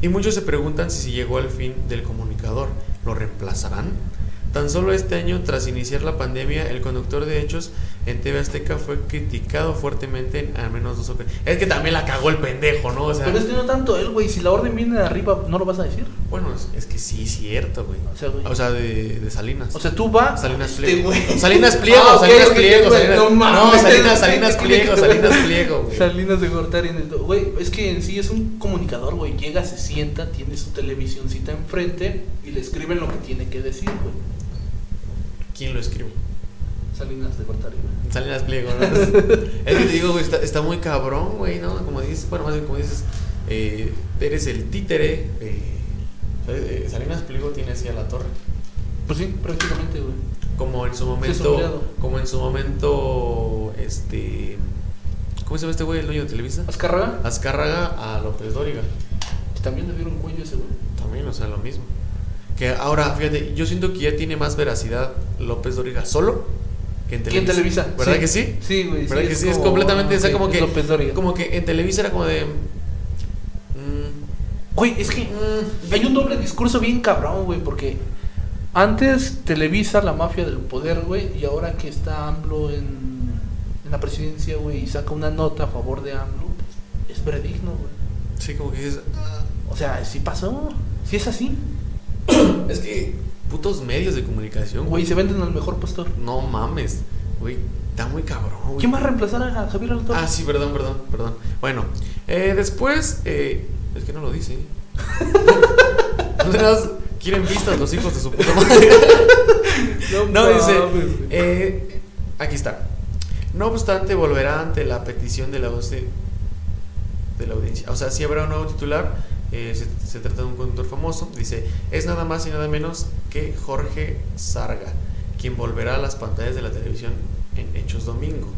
Y muchos se preguntan si se llegó al fin del comunicador. ¿Lo reemplazarán? Tan solo este año, tras iniciar la pandemia, el conductor de Hechos en TV Azteca fue criticado fuertemente en al menos dos ocasiones. Es que también la cagó el pendejo, ¿no? O sea,
Pero es que no tanto él, güey. Si la orden viene de arriba, ¿no lo vas a decir?
Bueno, es, es que sí, es cierto, güey.
O sea, güey.
O sea, de, de Salinas.
O sea, tú vas.
Salinas
este,
Pliego.
güey.
Salinas Pliego,
Ah, ok,
Salinas
ok,
Pliego.
güey,
Salinas-
no
no,
mames.
Salinas, Salinas
¿Qué (laughs)
Pliego,
tiene que ver?
Salinas Pliego, güey.
Salinas de Gortari en el. do- Güey, es que en sí es un comunicador, güey. Llega, se sienta, tiene su televisioncita enfrente y le escriben lo que tiene que decir, güey.
¿Quién lo escribe?
Salinas de Gortari, güey.
Salinas Pliego,
(laughs)
¿no? Es es que te digo, güey, está, está muy cabrón, güey, ¿no? Como dices, bueno, más bien como dices, eh, eres el títere. eh, ¿sabes? Eh, Salinas Pliego tiene así a la torre.
Pues sí, prácticamente, güey.
Como en su
Sí, es un
momento.
aliado.
como en su momento. Este. ¿Cómo se llama este güey, el dueño de Televisa?
Azcárraga,
Azcárraga a López Dóriga.
también le dieron cuello a ese, güey.
También, o sea, lo mismo. Que ahora, fíjate, yo siento que ya tiene más veracidad López Dóriga solo que en
¿Quién
Televisa.
Televisa?
¿Verdad que sí?
Sí, güey.
¿Verdad que sí? Es completamente, o sea,
ok,
como que-
López Dóriga.
Como que en Televisa era como de. mm,
Güey, es que
mm,
hay un doble discurso bien cabrón, güey, porque antes Televisa, la mafia del poder, güey, y ahora que está AMLO en, en la presidencia, güey, y saca una nota a favor de AMLO, pues, es predigno, güey.
Sí, como que dices. "Ah,
O sea, sí pasó, sí es así.
Es que putos medios de comunicación,
Güey, se venden al mejor postor.
No mames, güey. Está muy cabrón, güey.
¿Quién va a reemplazar a Javier Alatorre?
Ah, sí, perdón, perdón, perdón. Bueno, eh, después. eh, es que no lo
(laughs)
dice. (laughs) No sé, nada más quieren vistas los hijos de su puta madre. No, dice.
mames, güey.
eh, aquí está. No obstante, volverá ante la petición de la, ausi- de la audiencia. O sea, si habrá un nuevo titular. eh, se, se trata de un conductor famoso. Dice: Es nada más y nada menos que Jorge Sarga, quien volverá a las pantallas de la televisión en Hechos Domingo.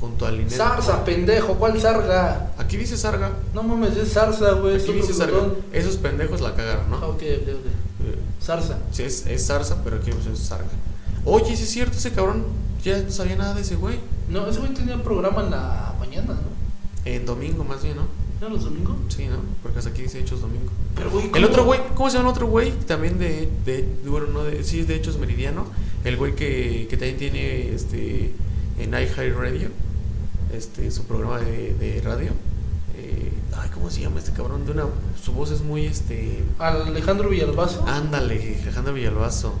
Junto al Inés.
Zarza, pendejo, ¿cuál Zarga?
Aquí dice Sarga.
No mames, es Zarza, güey. es
Aquí
otro
dice Sarga.
botón.
Esos pendejos la cagaron,
Ah,
¿no?
ok, ok, ok.
Eh,
Zarza.
Sí, es, es Zarza, pero aquí es Sarga. Oye, sí es cierto, ese cabrón ya no sabía nada de ese güey.
No, ese güey tenía programa en la mañana, ¿no?
En domingo más bien, ¿no?
¿No los domingos?
Sí, ¿no? Porque hasta aquí dice Hechos Domingo.
Pero, güey,
El
¿cómo?
otro güey, ¿cómo se llama el otro güey? También de, de bueno, no de, sí, es de Hechos Meridiano. El güey que, que también tiene este, en iHeartRadio, este, su programa de, de radio. Eh, ay, ¿cómo se llama este cabrón? De una, su voz es muy, este,
Alejandro Villalbazo.
Ah. Ándale, Alejandro Villalbazo.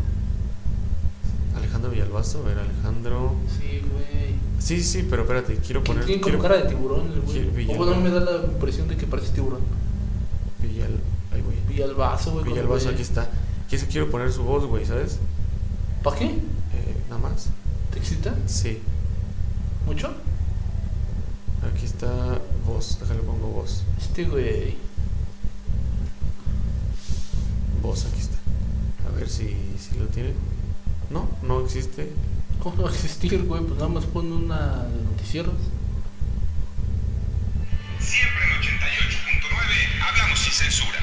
Alejandro Villalbazo, a ver, Alejandro.
Sí, güey.
Sí, sí, sí, pero espérate, quiero poner.
Tiene como
quiero-
cara de tiburón el
Quiero
güey. O
Villalba-
bueno, me da la impresión de que parece tiburón.
Villal. Ay, güey.
Villalbazo, güey.
Villalbazo, aquí está. Que eso quiero poner su voz, güey, ¿sabes?
¿Para qué?
Eh, nada más.
¿Te excita?
Sí.
¿Mucho?
Aquí está voz. Déjale pongo voz.
Este güey.
Voz, aquí está. A ver si, si lo tiene. No, no existe.
¿Cómo no va a existir, güey? Pues nada más pone una de noticieros.
Siempre en 88.9 hablamos sin censura.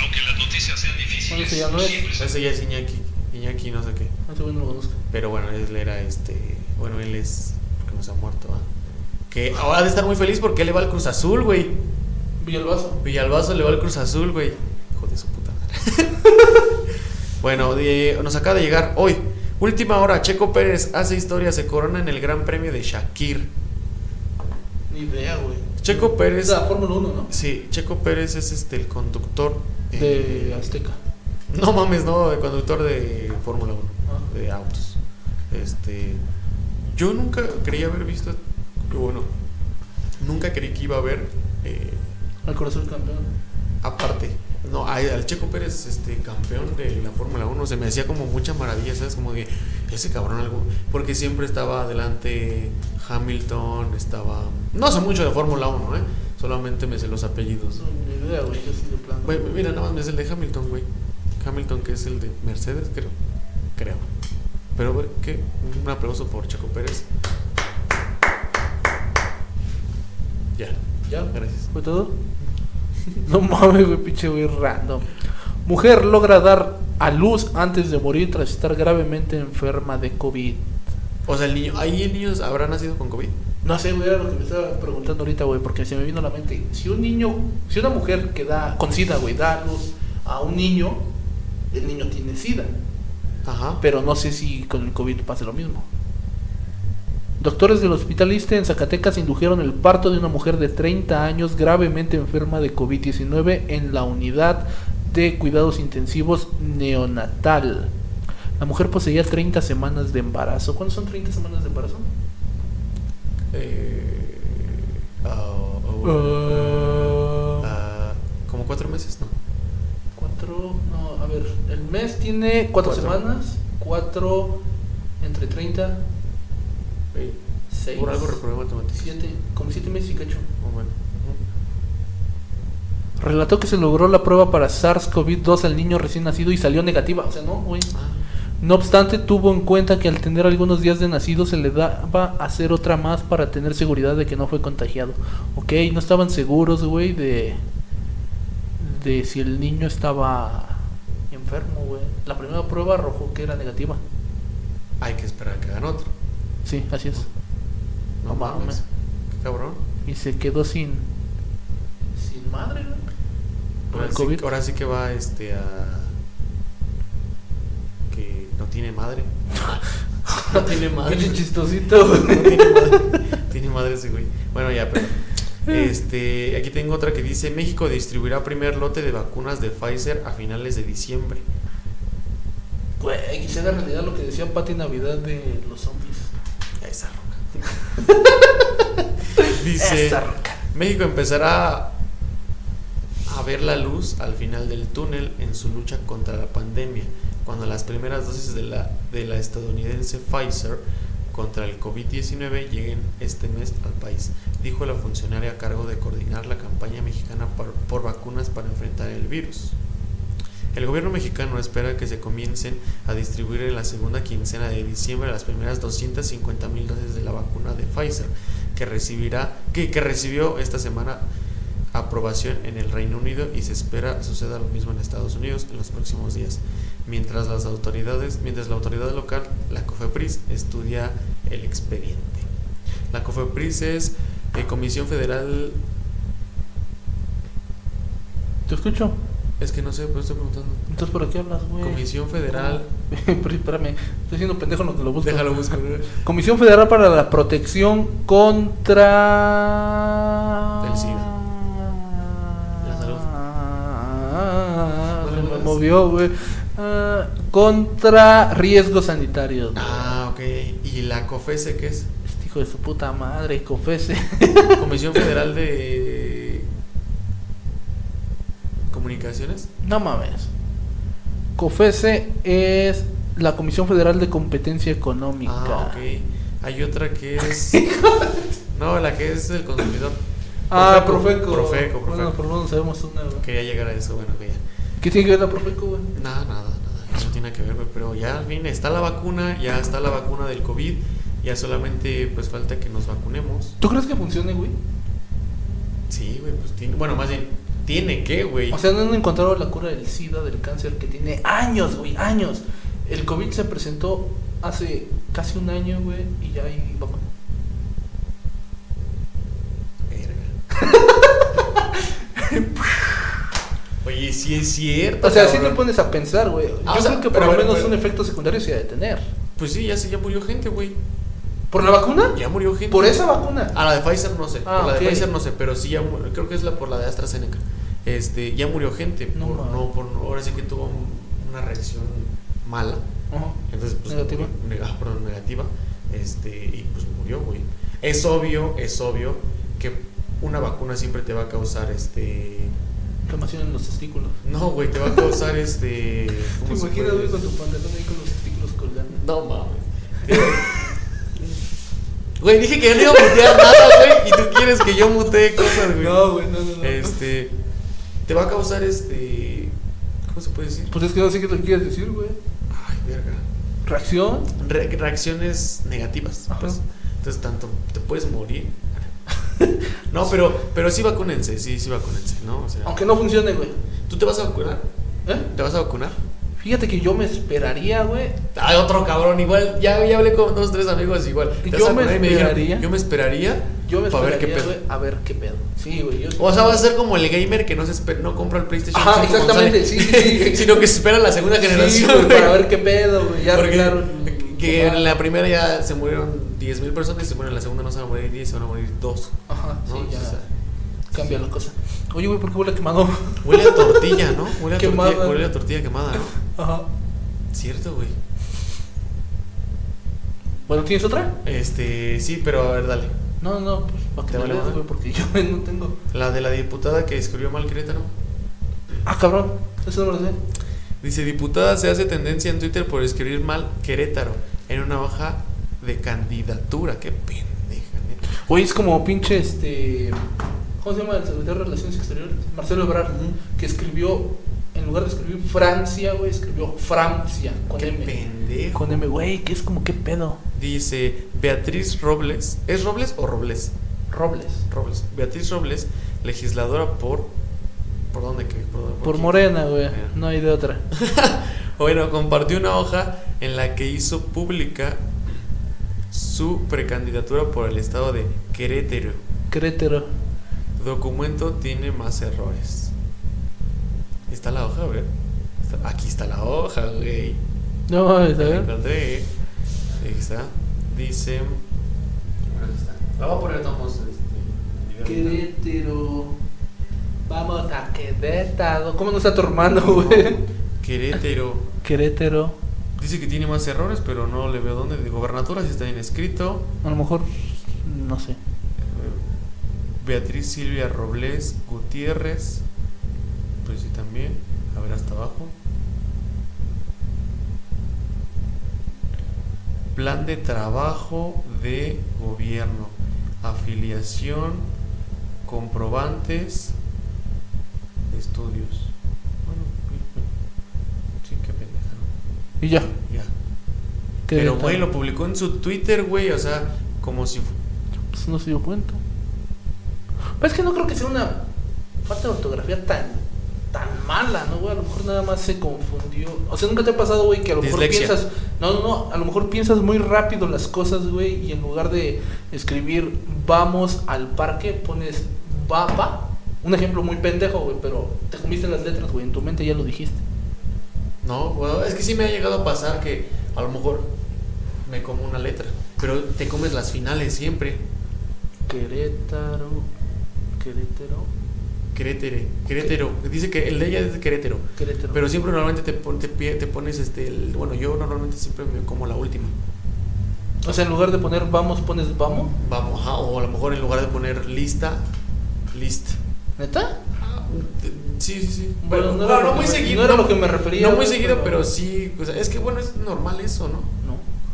Aunque las noticias sean
Bueno,
difíciles,
eso ya no es.
siempre se
Ese ya es Iñaki. Iñaki, no sé qué.
A Ah, Ese güey no lo conozco.
Pero bueno, él era este. Bueno, él es. Porque nos ha muerto, ¿va? Que ahora ha de estar muy feliz porque él le va al Cruz Azul, güey.
Villalbazo.
Villalbazo le va al Cruz Azul, güey. Hijo de su puta madre. (laughs) bueno, de- nos acaba de llegar hoy. Última hora, Checo Pérez hace historia, se corona en el Gran Premio de Shakir.
Ni idea, güey.
Checo Pérez.
Es la Fórmula 1, ¿no?
Sí, Checo Pérez es este el conductor. eh,
De Azteca.
No mames, no, el conductor de Fórmula 1.
Ah.
de autos. Este, yo nunca creí haber visto, bueno, nunca creí que iba a haber eh,
Al corazón campeón.
aparte. No, a- al Checo Pérez, este campeón de la Fórmula 1, se me hacía como mucha maravilla, ¿sabes? Como que ese cabrón algo. Porque siempre estaba adelante Hamilton, estaba. No sé mucho de Fórmula 1, ¿eh? Solamente me sé los apellidos.
Ni idea, güey. Yo sí de plano.
Güey, mira, nada más me sé el de Hamilton, güey. Hamilton, que es el de Mercedes, creo. Creo. Pero, güey, ¿qué? Un aplauso por Checo Pérez. Ya, (laughs)
Ya.
gracias.
¿Fue todo? (laughs) No mames, güey, pinche güey random. Mujer logra dar a luz antes de morir tras estar gravemente enferma de COVID.
O sea, el niño, ahí el niño habrá nacido con COVID.
No sé, güey, era lo que me estaba preguntando ahorita, güey, porque se me vino a la mente. Si un niño, si una mujer que da, con SIDA, güey, da a luz a un niño, el niño tiene SIDA.
Ajá.
Pero no sé si con el COVID pase lo mismo. Doctores del Hospital Iste en Zacatecas indujeron el parto de una mujer de 30 años gravemente enferma de COVID-19 en la unidad de cuidados intensivos neonatal. La mujer poseía 30 semanas de embarazo. ¿Cuántas son 30 semanas de embarazo?
Eh, ah, oh,
Ah.
ah, ¿Como cuatro meses? No.
Cuatro, no, a ver, el mes tiene cuatro,
Cuatro.
semanas, cuatro entre 30,
Ey,
seis,
Por algo reprobé matemáticas.
siete, como siete meses y cacho.
Oh, bueno.
Relató que se logró la prueba para SARS-CoV-2 al niño recién nacido y salió negativa. O sea, no, güey.
Ujú. Ah,
No obstante, tuvo en cuenta que al tener algunos días de nacido se le daba hacer otra más para tener seguridad de que no fue contagiado. Ok, no estaban seguros, güey, de, de si el niño estaba enfermo, güey. La primera prueba arrojó que era negativa.
hay que esperar a que hagan otro.
Sí, así es. No mames.
Qué cabrón.
Y se quedó sin... Sin madre, güey. Por
Ahora
el
sí,
COVID.
ahora sí que va este a. Que no tiene
(laughs)
madre. No (laughs) tiene madre.
Pinche chistosito, güey.
No tiene madre. Tiene madre ese güey. Bueno, ya,
(laughs)
pero.
Eh.
Este, aquí tengo otra que dice: México distribuirá primer lote de vacunas de Pfizer a finales de diciembre.
Güey, que se haga realidad lo que decía Pati Navidad de los zombies.
Esa roca.
(laughs)
dice:
Esa roca.
México empezará a ver la luz al final del túnel en su lucha contra la pandemia, cuando las primeras dosis de la, de la estadounidense Pfizer contra el COVID-19 lleguen este mes al país, dijo la funcionaria a cargo de coordinar la campaña mexicana por, por vacunas para enfrentar el virus. El gobierno mexicano espera que se comiencen a distribuir en la segunda quincena de diciembre las primeras 250 mil dosis de la vacuna de Pfizer, que recibirá que, que recibió esta semana aprobación en el Reino Unido y se espera suceda lo mismo en Estados Unidos en los próximos días. Mientras las autoridades, mientras la autoridad local, la COFEPRIS, estudia el expediente. La COFEPRIS es eh, Comisión Federal,
¿Te escucho?
es que no sé, pero estoy preguntando.
Entonces, ¿por qué hablas, güey?
Comisión Federal,
(laughs) Pero espérame, estoy siendo pendejo en lo que lo busco.
déjalo buscar.
Comisión Federal para la Protección contra...
El SIDA. La salud.
Ah,
No
se
lo
me
hagas.
movió, güey. Ah, contra riesgos sanitarios. güey.
Ah, ok. ¿Y la COFESE qué es?
Este hijo de su puta madre, confese.
Comisión Federal de Comunicaciones.
No mames. COFESE es la Comisión Federal de Competencia Económica.
Ah, ok. Hay otra que
(laughs)
es. no, la que es del consumidor.
Ah,
Profeco,
Profeco.
Profeco,
Bueno,
Profeco.
por lo menos sabemos una, güey.
Quería llegar a eso, bueno, que ya.
¿Qué tiene que ver la Profeco, güey?
Nada, nada, nada. Eso no tiene que ver, güey, pero ya al fin está la vacuna, ya está la vacuna del COVID. Ya solamente pues falta que nos vacunemos.
¿Tú crees que funcione, güey?
Sí, güey, pues tiene. Bueno, más bien, tiene que, güey.
O sea, no han encontrado la cura del SIDA, del cáncer, que tiene años, güey, años. El COVID se presentó hace casi un año, güey, y ya hay vacuna.
Verga. (laughs) Oye, sí es cierto.
O sea, si te
cabrón.
pones a pensar, güey.
Ah,
Yo
o sea,
creo que por
pero
lo
a ver,
menos
pero-
un efecto secundario se ha de tener.
Pues sí, ya, se, ya murió gente, güey.
¿Por la vacuna?
Ya murió gente.
¿Por esa vacuna?
A la de Pfizer no sé,
Ah,
por la
ok.
de Pfizer no sé, pero sí ya mu- creo que es la por la de AstraZeneca. Este, ya murió gente
No
por
mames.
no por no- ahora sí que tuvo un- una reacción mala.
Ajá.
Entonces, pues
Negativa.
murió- neg- ah, perdón, negativa. Este, y pues murió, güey. Es obvio, es obvio que una vacuna siempre te va a causar este
Inflamación en los testículos.
no, güey, te va a
(laughs)
causar este
¿Te
¿cómo se
imaginas,
puede
güey, con
decir?
tu pantalón ahí con los testículos colgando?
No mames. Güey, dije que yo no iba a mutear nada, güey, y tú quieres que yo mutee cosas, güey.
No, güey, no, no, no.
Este. Te va a causar este. ¿Cómo se puede decir?
Pues es que no sé qué te quieres decir, güey.
Ay, verga.
¿Reacción?
Re- reacciones negativas.
Ajá.
pues. Entonces, tanto te puedes morir. (laughs) No, pero, pero sí vacúnense, sí, sí vacúnense, ¿no? O sea,
Aunque no funcione, güey.
¿tú te vas a vacunar?
¿Eh?
¿Te vas a vacunar?
Fíjate que yo me esperaría, güey.
Hay otro cabrón, igual, ya, ya hablé con dos, tres amigos igual. ¿Te
Yo
vas a
me
vacunar? Y dijeron,
esperaría.
yo me esperaría.
Yo me
pa' ver
esperaría,
qué pedo.
güey, a ver qué pedo. Sí, güey. Yo...
O sea, va a ser como el gamer que no se espe- no compra el PlayStation
Ajá,
5 cuando
exactamente,
sale,
sí, sí,
(laughs)
sí.
sino que se espera la segunda
Sí,
generación.
güey, para
güey.
ver qué pedo, güey. Ya
Porque
arreglaron.
que en la primera ya se murieron 10.000 personas y bueno, en la segunda no se van a morir 10, se van a morir 2.
Ajá, sí,
¿no?
ya.
O sea,
Cambia la cosa. Oye, güey, ¿por qué huele a quemado? (laughs)
Huele a tortilla, ¿no? Huele a
Quemada.
tortilla, huele a tortilla quemada, ¿no?
Ajá.
Cierto, güey.
Bueno, ¿tienes otra?
Este, sí, pero a ver, dale.
No, no, pues para que
¿Te
me
vale
leas,
madre?
güey, porque yo (laughs) no tengo.
La de la diputada que escribió mal Querétaro.
Ah, cabrón, eso no me lo sé.
Dice, diputada se hace tendencia en Twitter por escribir mal Querétaro en una hoja de candidatura. Qué pendeja, neta.
Güey, es como pinche este. ¿Cómo se llama el secretario de Relaciones Exteriores? Marcelo Ebrard,
Ujú.
que escribió, en lugar de escribir Francia, güey, escribió Francia con
Qué
M.
pendejo.
Con M, güey, que es como qué pedo.
Dice, Beatriz Robles. ¿Es Robles o Robles?
Robles.
Robles. Beatriz Robles, legisladora por... ¿Por dónde? que- ¿Por, dónde?
Por
quién?
Morena, güey,
Mira.
no hay de otra.
Bueno, compartió una hoja en la que hizo pública su precandidatura por el estado de Querétaro.
Querétaro.
Documento tiene más errores. Está la hoja, güey. Está- Aquí está la hoja, güey.
No mames, a
La
ver.
encontré. Ahí está. Dice. La voy a poner tomos.
Querétaro. Vamos a Querétaro. ¿Cómo no está tu hermano, güey?
Querétaro.
Querétaro.
Dice que tiene más errores, pero no le veo dónde. De gobernatura sí está bien escrito.
A lo mejor, no sé.
Beatriz Silvia Robles Gutiérrez. Pues sí, también. A ver, hasta abajo. Plan de trabajo de gobierno. Afiliación. Comprobantes. Estudios. Bueno, sí, qué pendeja. ¿no?
Y ya.
Ya.
Querétaro.
Pero, güey, lo publicó en su Twitter, güey. O sea, como si fu-
Pues no se dio cuenta. Pero es que no creo que sea una falta de ortografía tan, tan mala, ¿no, güey? A lo mejor nada más se confundió. O sea, nunca te ha pasado, güey, que a lo mejor
Dislexia.
piensas. No, no, no. A lo mejor piensas muy rápido las cosas, güey, y en lugar de escribir vamos al parque, pones va, va. Un ejemplo muy pendejo, güey, pero te comiste las letras, güey. En tu mente ya lo dijiste.
No, bueno, es que sí me ha llegado a pasar que a lo mejor me como una letra, pero te comes las finales siempre.
Querétaro. Querétaro.
Querétaro, Querétaro. Dice que el de ella es de Querétaro,
Querétaro.
pero siempre normalmente te, pon- te, pie- te pones este. el- bueno, yo normalmente siempre me como la última.
o sea, en lugar de poner vamos, pones vamos.
Vamos, ajá, o a lo mejor en lugar de poner lista, list.
¿Neta?
Ah, te- Sí, sí, sí.
Bueno,
Pero-
no era lo que
muy
me-
seguido.
no era lo que me refería,
No muy
güey,
seguido,
pero-
pero sí. o sea, es que bueno, es normal eso, ¿no?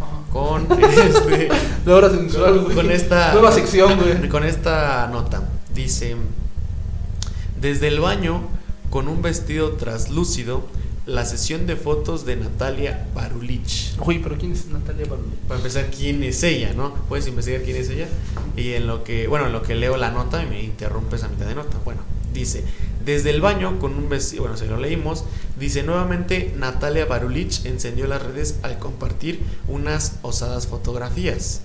Ajá.
Con (laughs) este.
La hora sensual, (laughs) güey.
Con esta
Nueva sección, güey.
Con esta nota dice desde el baño con un vestido traslúcido la sesión de fotos de Natalia Barulich.
Güey, pero ¿quién es Natalia Barulli?
Para empezar, ¿quién es ella, no? Puedes investigar quién es ella. Y en lo que, bueno, en lo que leo la nota y me interrumpes a mitad de nota. Bueno, dice, desde el baño con un vestido, bueno, se lo leímos, dice nuevamente Natalia Barulich encendió las redes al compartir unas osadas fotografías.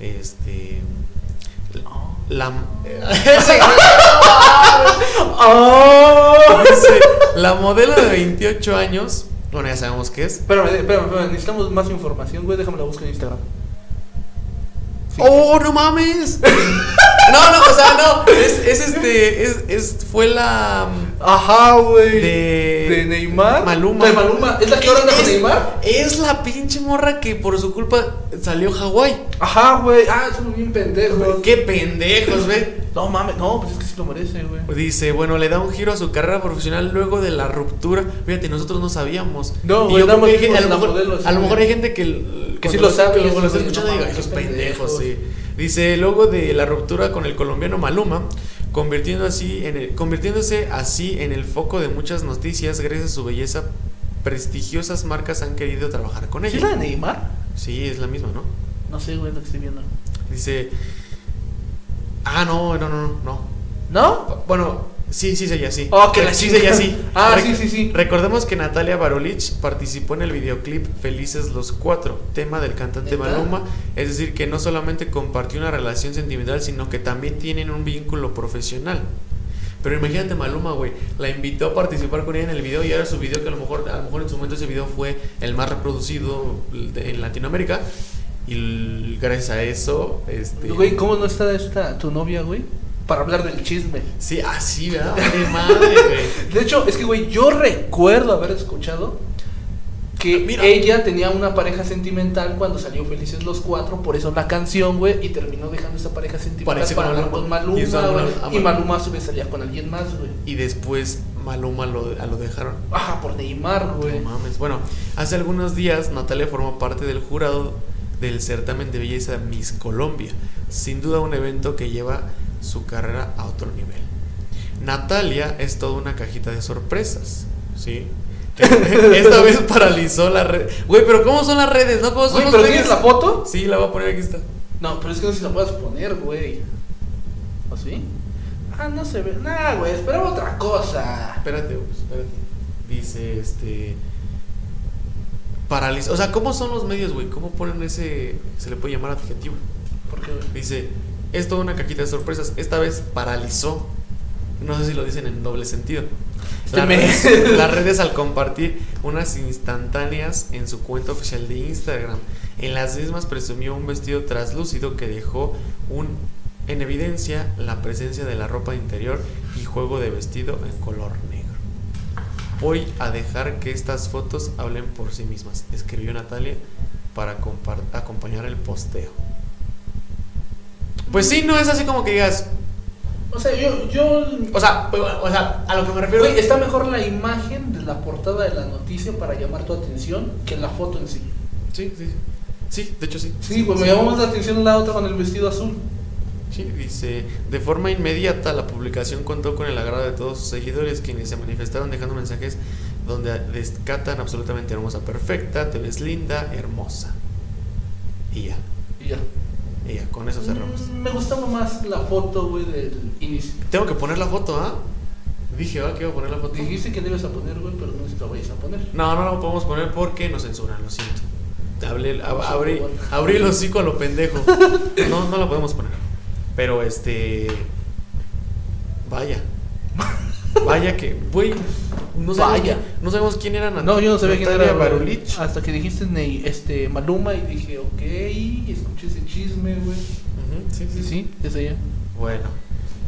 Este la (laughs) Ese-
¡Oh!
dice, la modelo de 28 años, bueno, ya sabemos qué es.
Espérame, espérame, espérame, necesitamos más información, güey. Déjame la buscar en Instagram. Sí.
¡Oh, no mames! (laughs) No, no, o sea, no. Es, es este. Es, es, fue la. mm,
Ajá, güey.
De.
¿De Neymar?
Maluma.
¿De Maluma? ¿Es la que ahora anda con
Es-
Neymar?
Es la pinche morra que por su culpa salió Hawái.
Ajá, güey. Ah, son bien pendejos.
¡Qué pendejos, ve!
No mames, no, pues es que sí lo merece, güey.
Dice, bueno, le da un giro a su carrera profesional luego de la ruptura. Fíjate, nosotros no sabíamos.
No,
Y
güey,
yo creo
nada
que
más
hay gente- a lo
vimos la
mejor,
modelo, sí,
a lo
güey.
mejor hay gente que, l-
Que sí
cuando-
lo sabe,
que luego
sí,
lo está
güey,
escuchando
no
y diga,
mames,
esos
qué
pendejos, sí.
pendejos.
Dice, luego de la ruptura con el colombiano Maluma, convirtiendo así en el- convirtiéndose así en el foco de muchas noticias gracias a su belleza. Prestigiosas marcas han querido trabajar con
¿Sí es la
ella.
de Neymar?
Sí, es la misma, ¿no?
No sé, güey, lo que estoy viendo.
Dice, ah, no, no, no, no, no.
¿No?
Bueno, Sí, sí, sí, sí.
Ah, que la
sí,
chingada.
sí.
Ah, sí, sí, sí.
Recordemos que Natalia Barulich participó en el videoclip Felices los Cuatro, tema del cantante
¿Neta?
Maluma. Es decir, que no solamente compartió una relación sentimental, sino que también tienen un vínculo profesional. Pero imagínate Maluma, güey, la invitó a participar con ella en el video y ahora su video que a lo mejor, a lo mejor en su momento ese video fue el más reproducido de- en Latinoamérica y l- gracias a eso, este,
Güey, ¿cómo no está esta tu novia, güey? Para hablar del chisme.
sí, así, ¿verdad? Vale madre, güey.
De hecho, es que, güey, yo recuerdo haber escuchado que
Ah, Mira.
ella tenía una pareja sentimental cuando salió Felices los Cuatro, por eso la canción, güey, y terminó dejando esa pareja sentimental
Parece
para
Maluma.
hablar con
Y eso a
Maluma, güey,
Maluma- a
y
Maluma.
Maluma a su vez salía con alguien más, güey.
Y después Maluma lo, a lo dejaron.
Ajá, por Neymar, güey.
No mames. Bueno, hace algunos días Natalia formó parte del jurado del certamen de belleza Miss Colombia. Sin duda un evento que lleva su carrera a otro nivel. Natalia es toda una cajita de sorpresas. ¿Sí?
(laughs)
Esta vez paralizó la red. Güey, pero ¿cómo son las redes? ¿No? ¿Cómo son
Güey,
las
¿pero
redes?
tienes la foto?
Sí, la voy a poner aquí está.
No, pero es que no sé si la puedas poner, güey. ¿O sí? Ah, no se ve. Nah, güey, esperaba otra cosa.
Espérate, Gus, espérate. Dice este. Paralizó. O sea, ¿cómo son los medios, güey? ¿Cómo ponen ese. Se le puede llamar adjetivo?
¿Por qué, güey?
Dice, es toda una cajita de sorpresas. Esta vez paralizó. No sé si lo dicen en doble sentido.
Este
Las
me- (laughs)
redes, las redes al compartir unas instantáneas en su cuenta oficial de Instagram. En las mismas presumió un vestido traslúcido que dejó un, en evidencia la presencia de la ropa interior y juego de vestido en color negro. Voy a dejar que estas fotos hablen por sí mismas, escribió Natalia para compar- acompañar el posteo. Pues sí, no es así como que digas.
O sea, yo, yo
O sea, pues, o sea a lo que me refiero.
Güey, está mejor la imagen de la portada de la noticia para llamar tu atención que la foto en sí.
Sí, sí. Sí, de hecho sí. pues,
Sí, güey, me llamó más la atención la otra con el vestido azul.
Sí, dice, de forma inmediata la publicación contó con el agrado de todos sus seguidores, quienes se manifestaron dejando mensajes donde descatan absolutamente hermosa, perfecta, te ves linda, hermosa. Y ya,
Y ya.
y ya, con eso cerramos.
Mm, Me gustaba más la foto, güey, del inicio.
Tengo que poner la foto, ¿ah? Dije, ah, que iba a poner la foto.
Dijiste que debes a poner, güey, pero no sé si la vayas a poner.
No, no la podemos poner porque nos censuran, lo siento. Hablé- ab-
Por
abrí,
favor.
abrí el hocico a lo pendejo. No, no la podemos poner. Pero este. Vaya. Vaya que. Güey. No sabemos,
Vaya.
Quién, no sabemos quién era Nat-
No, yo no sabía quién
Natalia
era güey.
Barulich.
Hasta que dijiste Ney- este, Maluma y dije, ok, escuché ese chisme, güey.
Ujú, sí, sí,
Sí,
sí.
sí, es ella.
Bueno.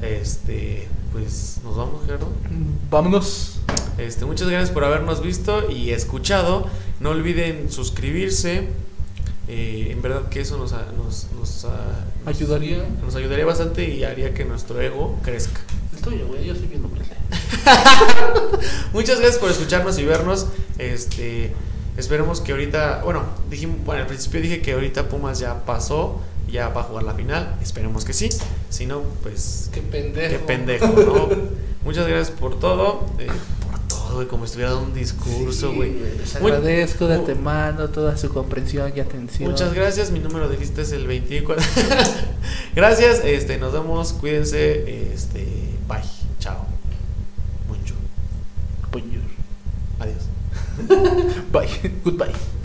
Este. Pues nos vamos, Gerardo.
Mm, Vámonos.
Este, muchas gracias por habernos visto y escuchado. No olviden suscribirse. Eh, en verdad que eso nos, a- nos, nos, a- nos-
Ayudaría.
Nos ayudaría bastante y haría que nuestro ego crezca.
Estoy yo, güey, yo soy bien hombre.
Muchas gracias por escucharnos y vernos. Este, esperemos que ahorita, bueno, dijimos, bueno, al principio dije que ahorita Pumas ya pasó, ya va a jugar la final. Esperemos que sí. Si no, pues
Qué pendejo.
qué pendejo, ¿no? Muchas gracias por todo, eh, por todo, güey, como si estuviera dando un discurso,
Sí,
güey.
Les
Muy-
agradezco de
mu-
antemano toda su comprensión y atención.
Muchas gracias, mi número de lista es el 24. (laughs) gracias, este, nos vemos, cuídense, este, bye, chao. Mucho.
Bonjour.
Adiós.
Bye. (laughs) Goodbye.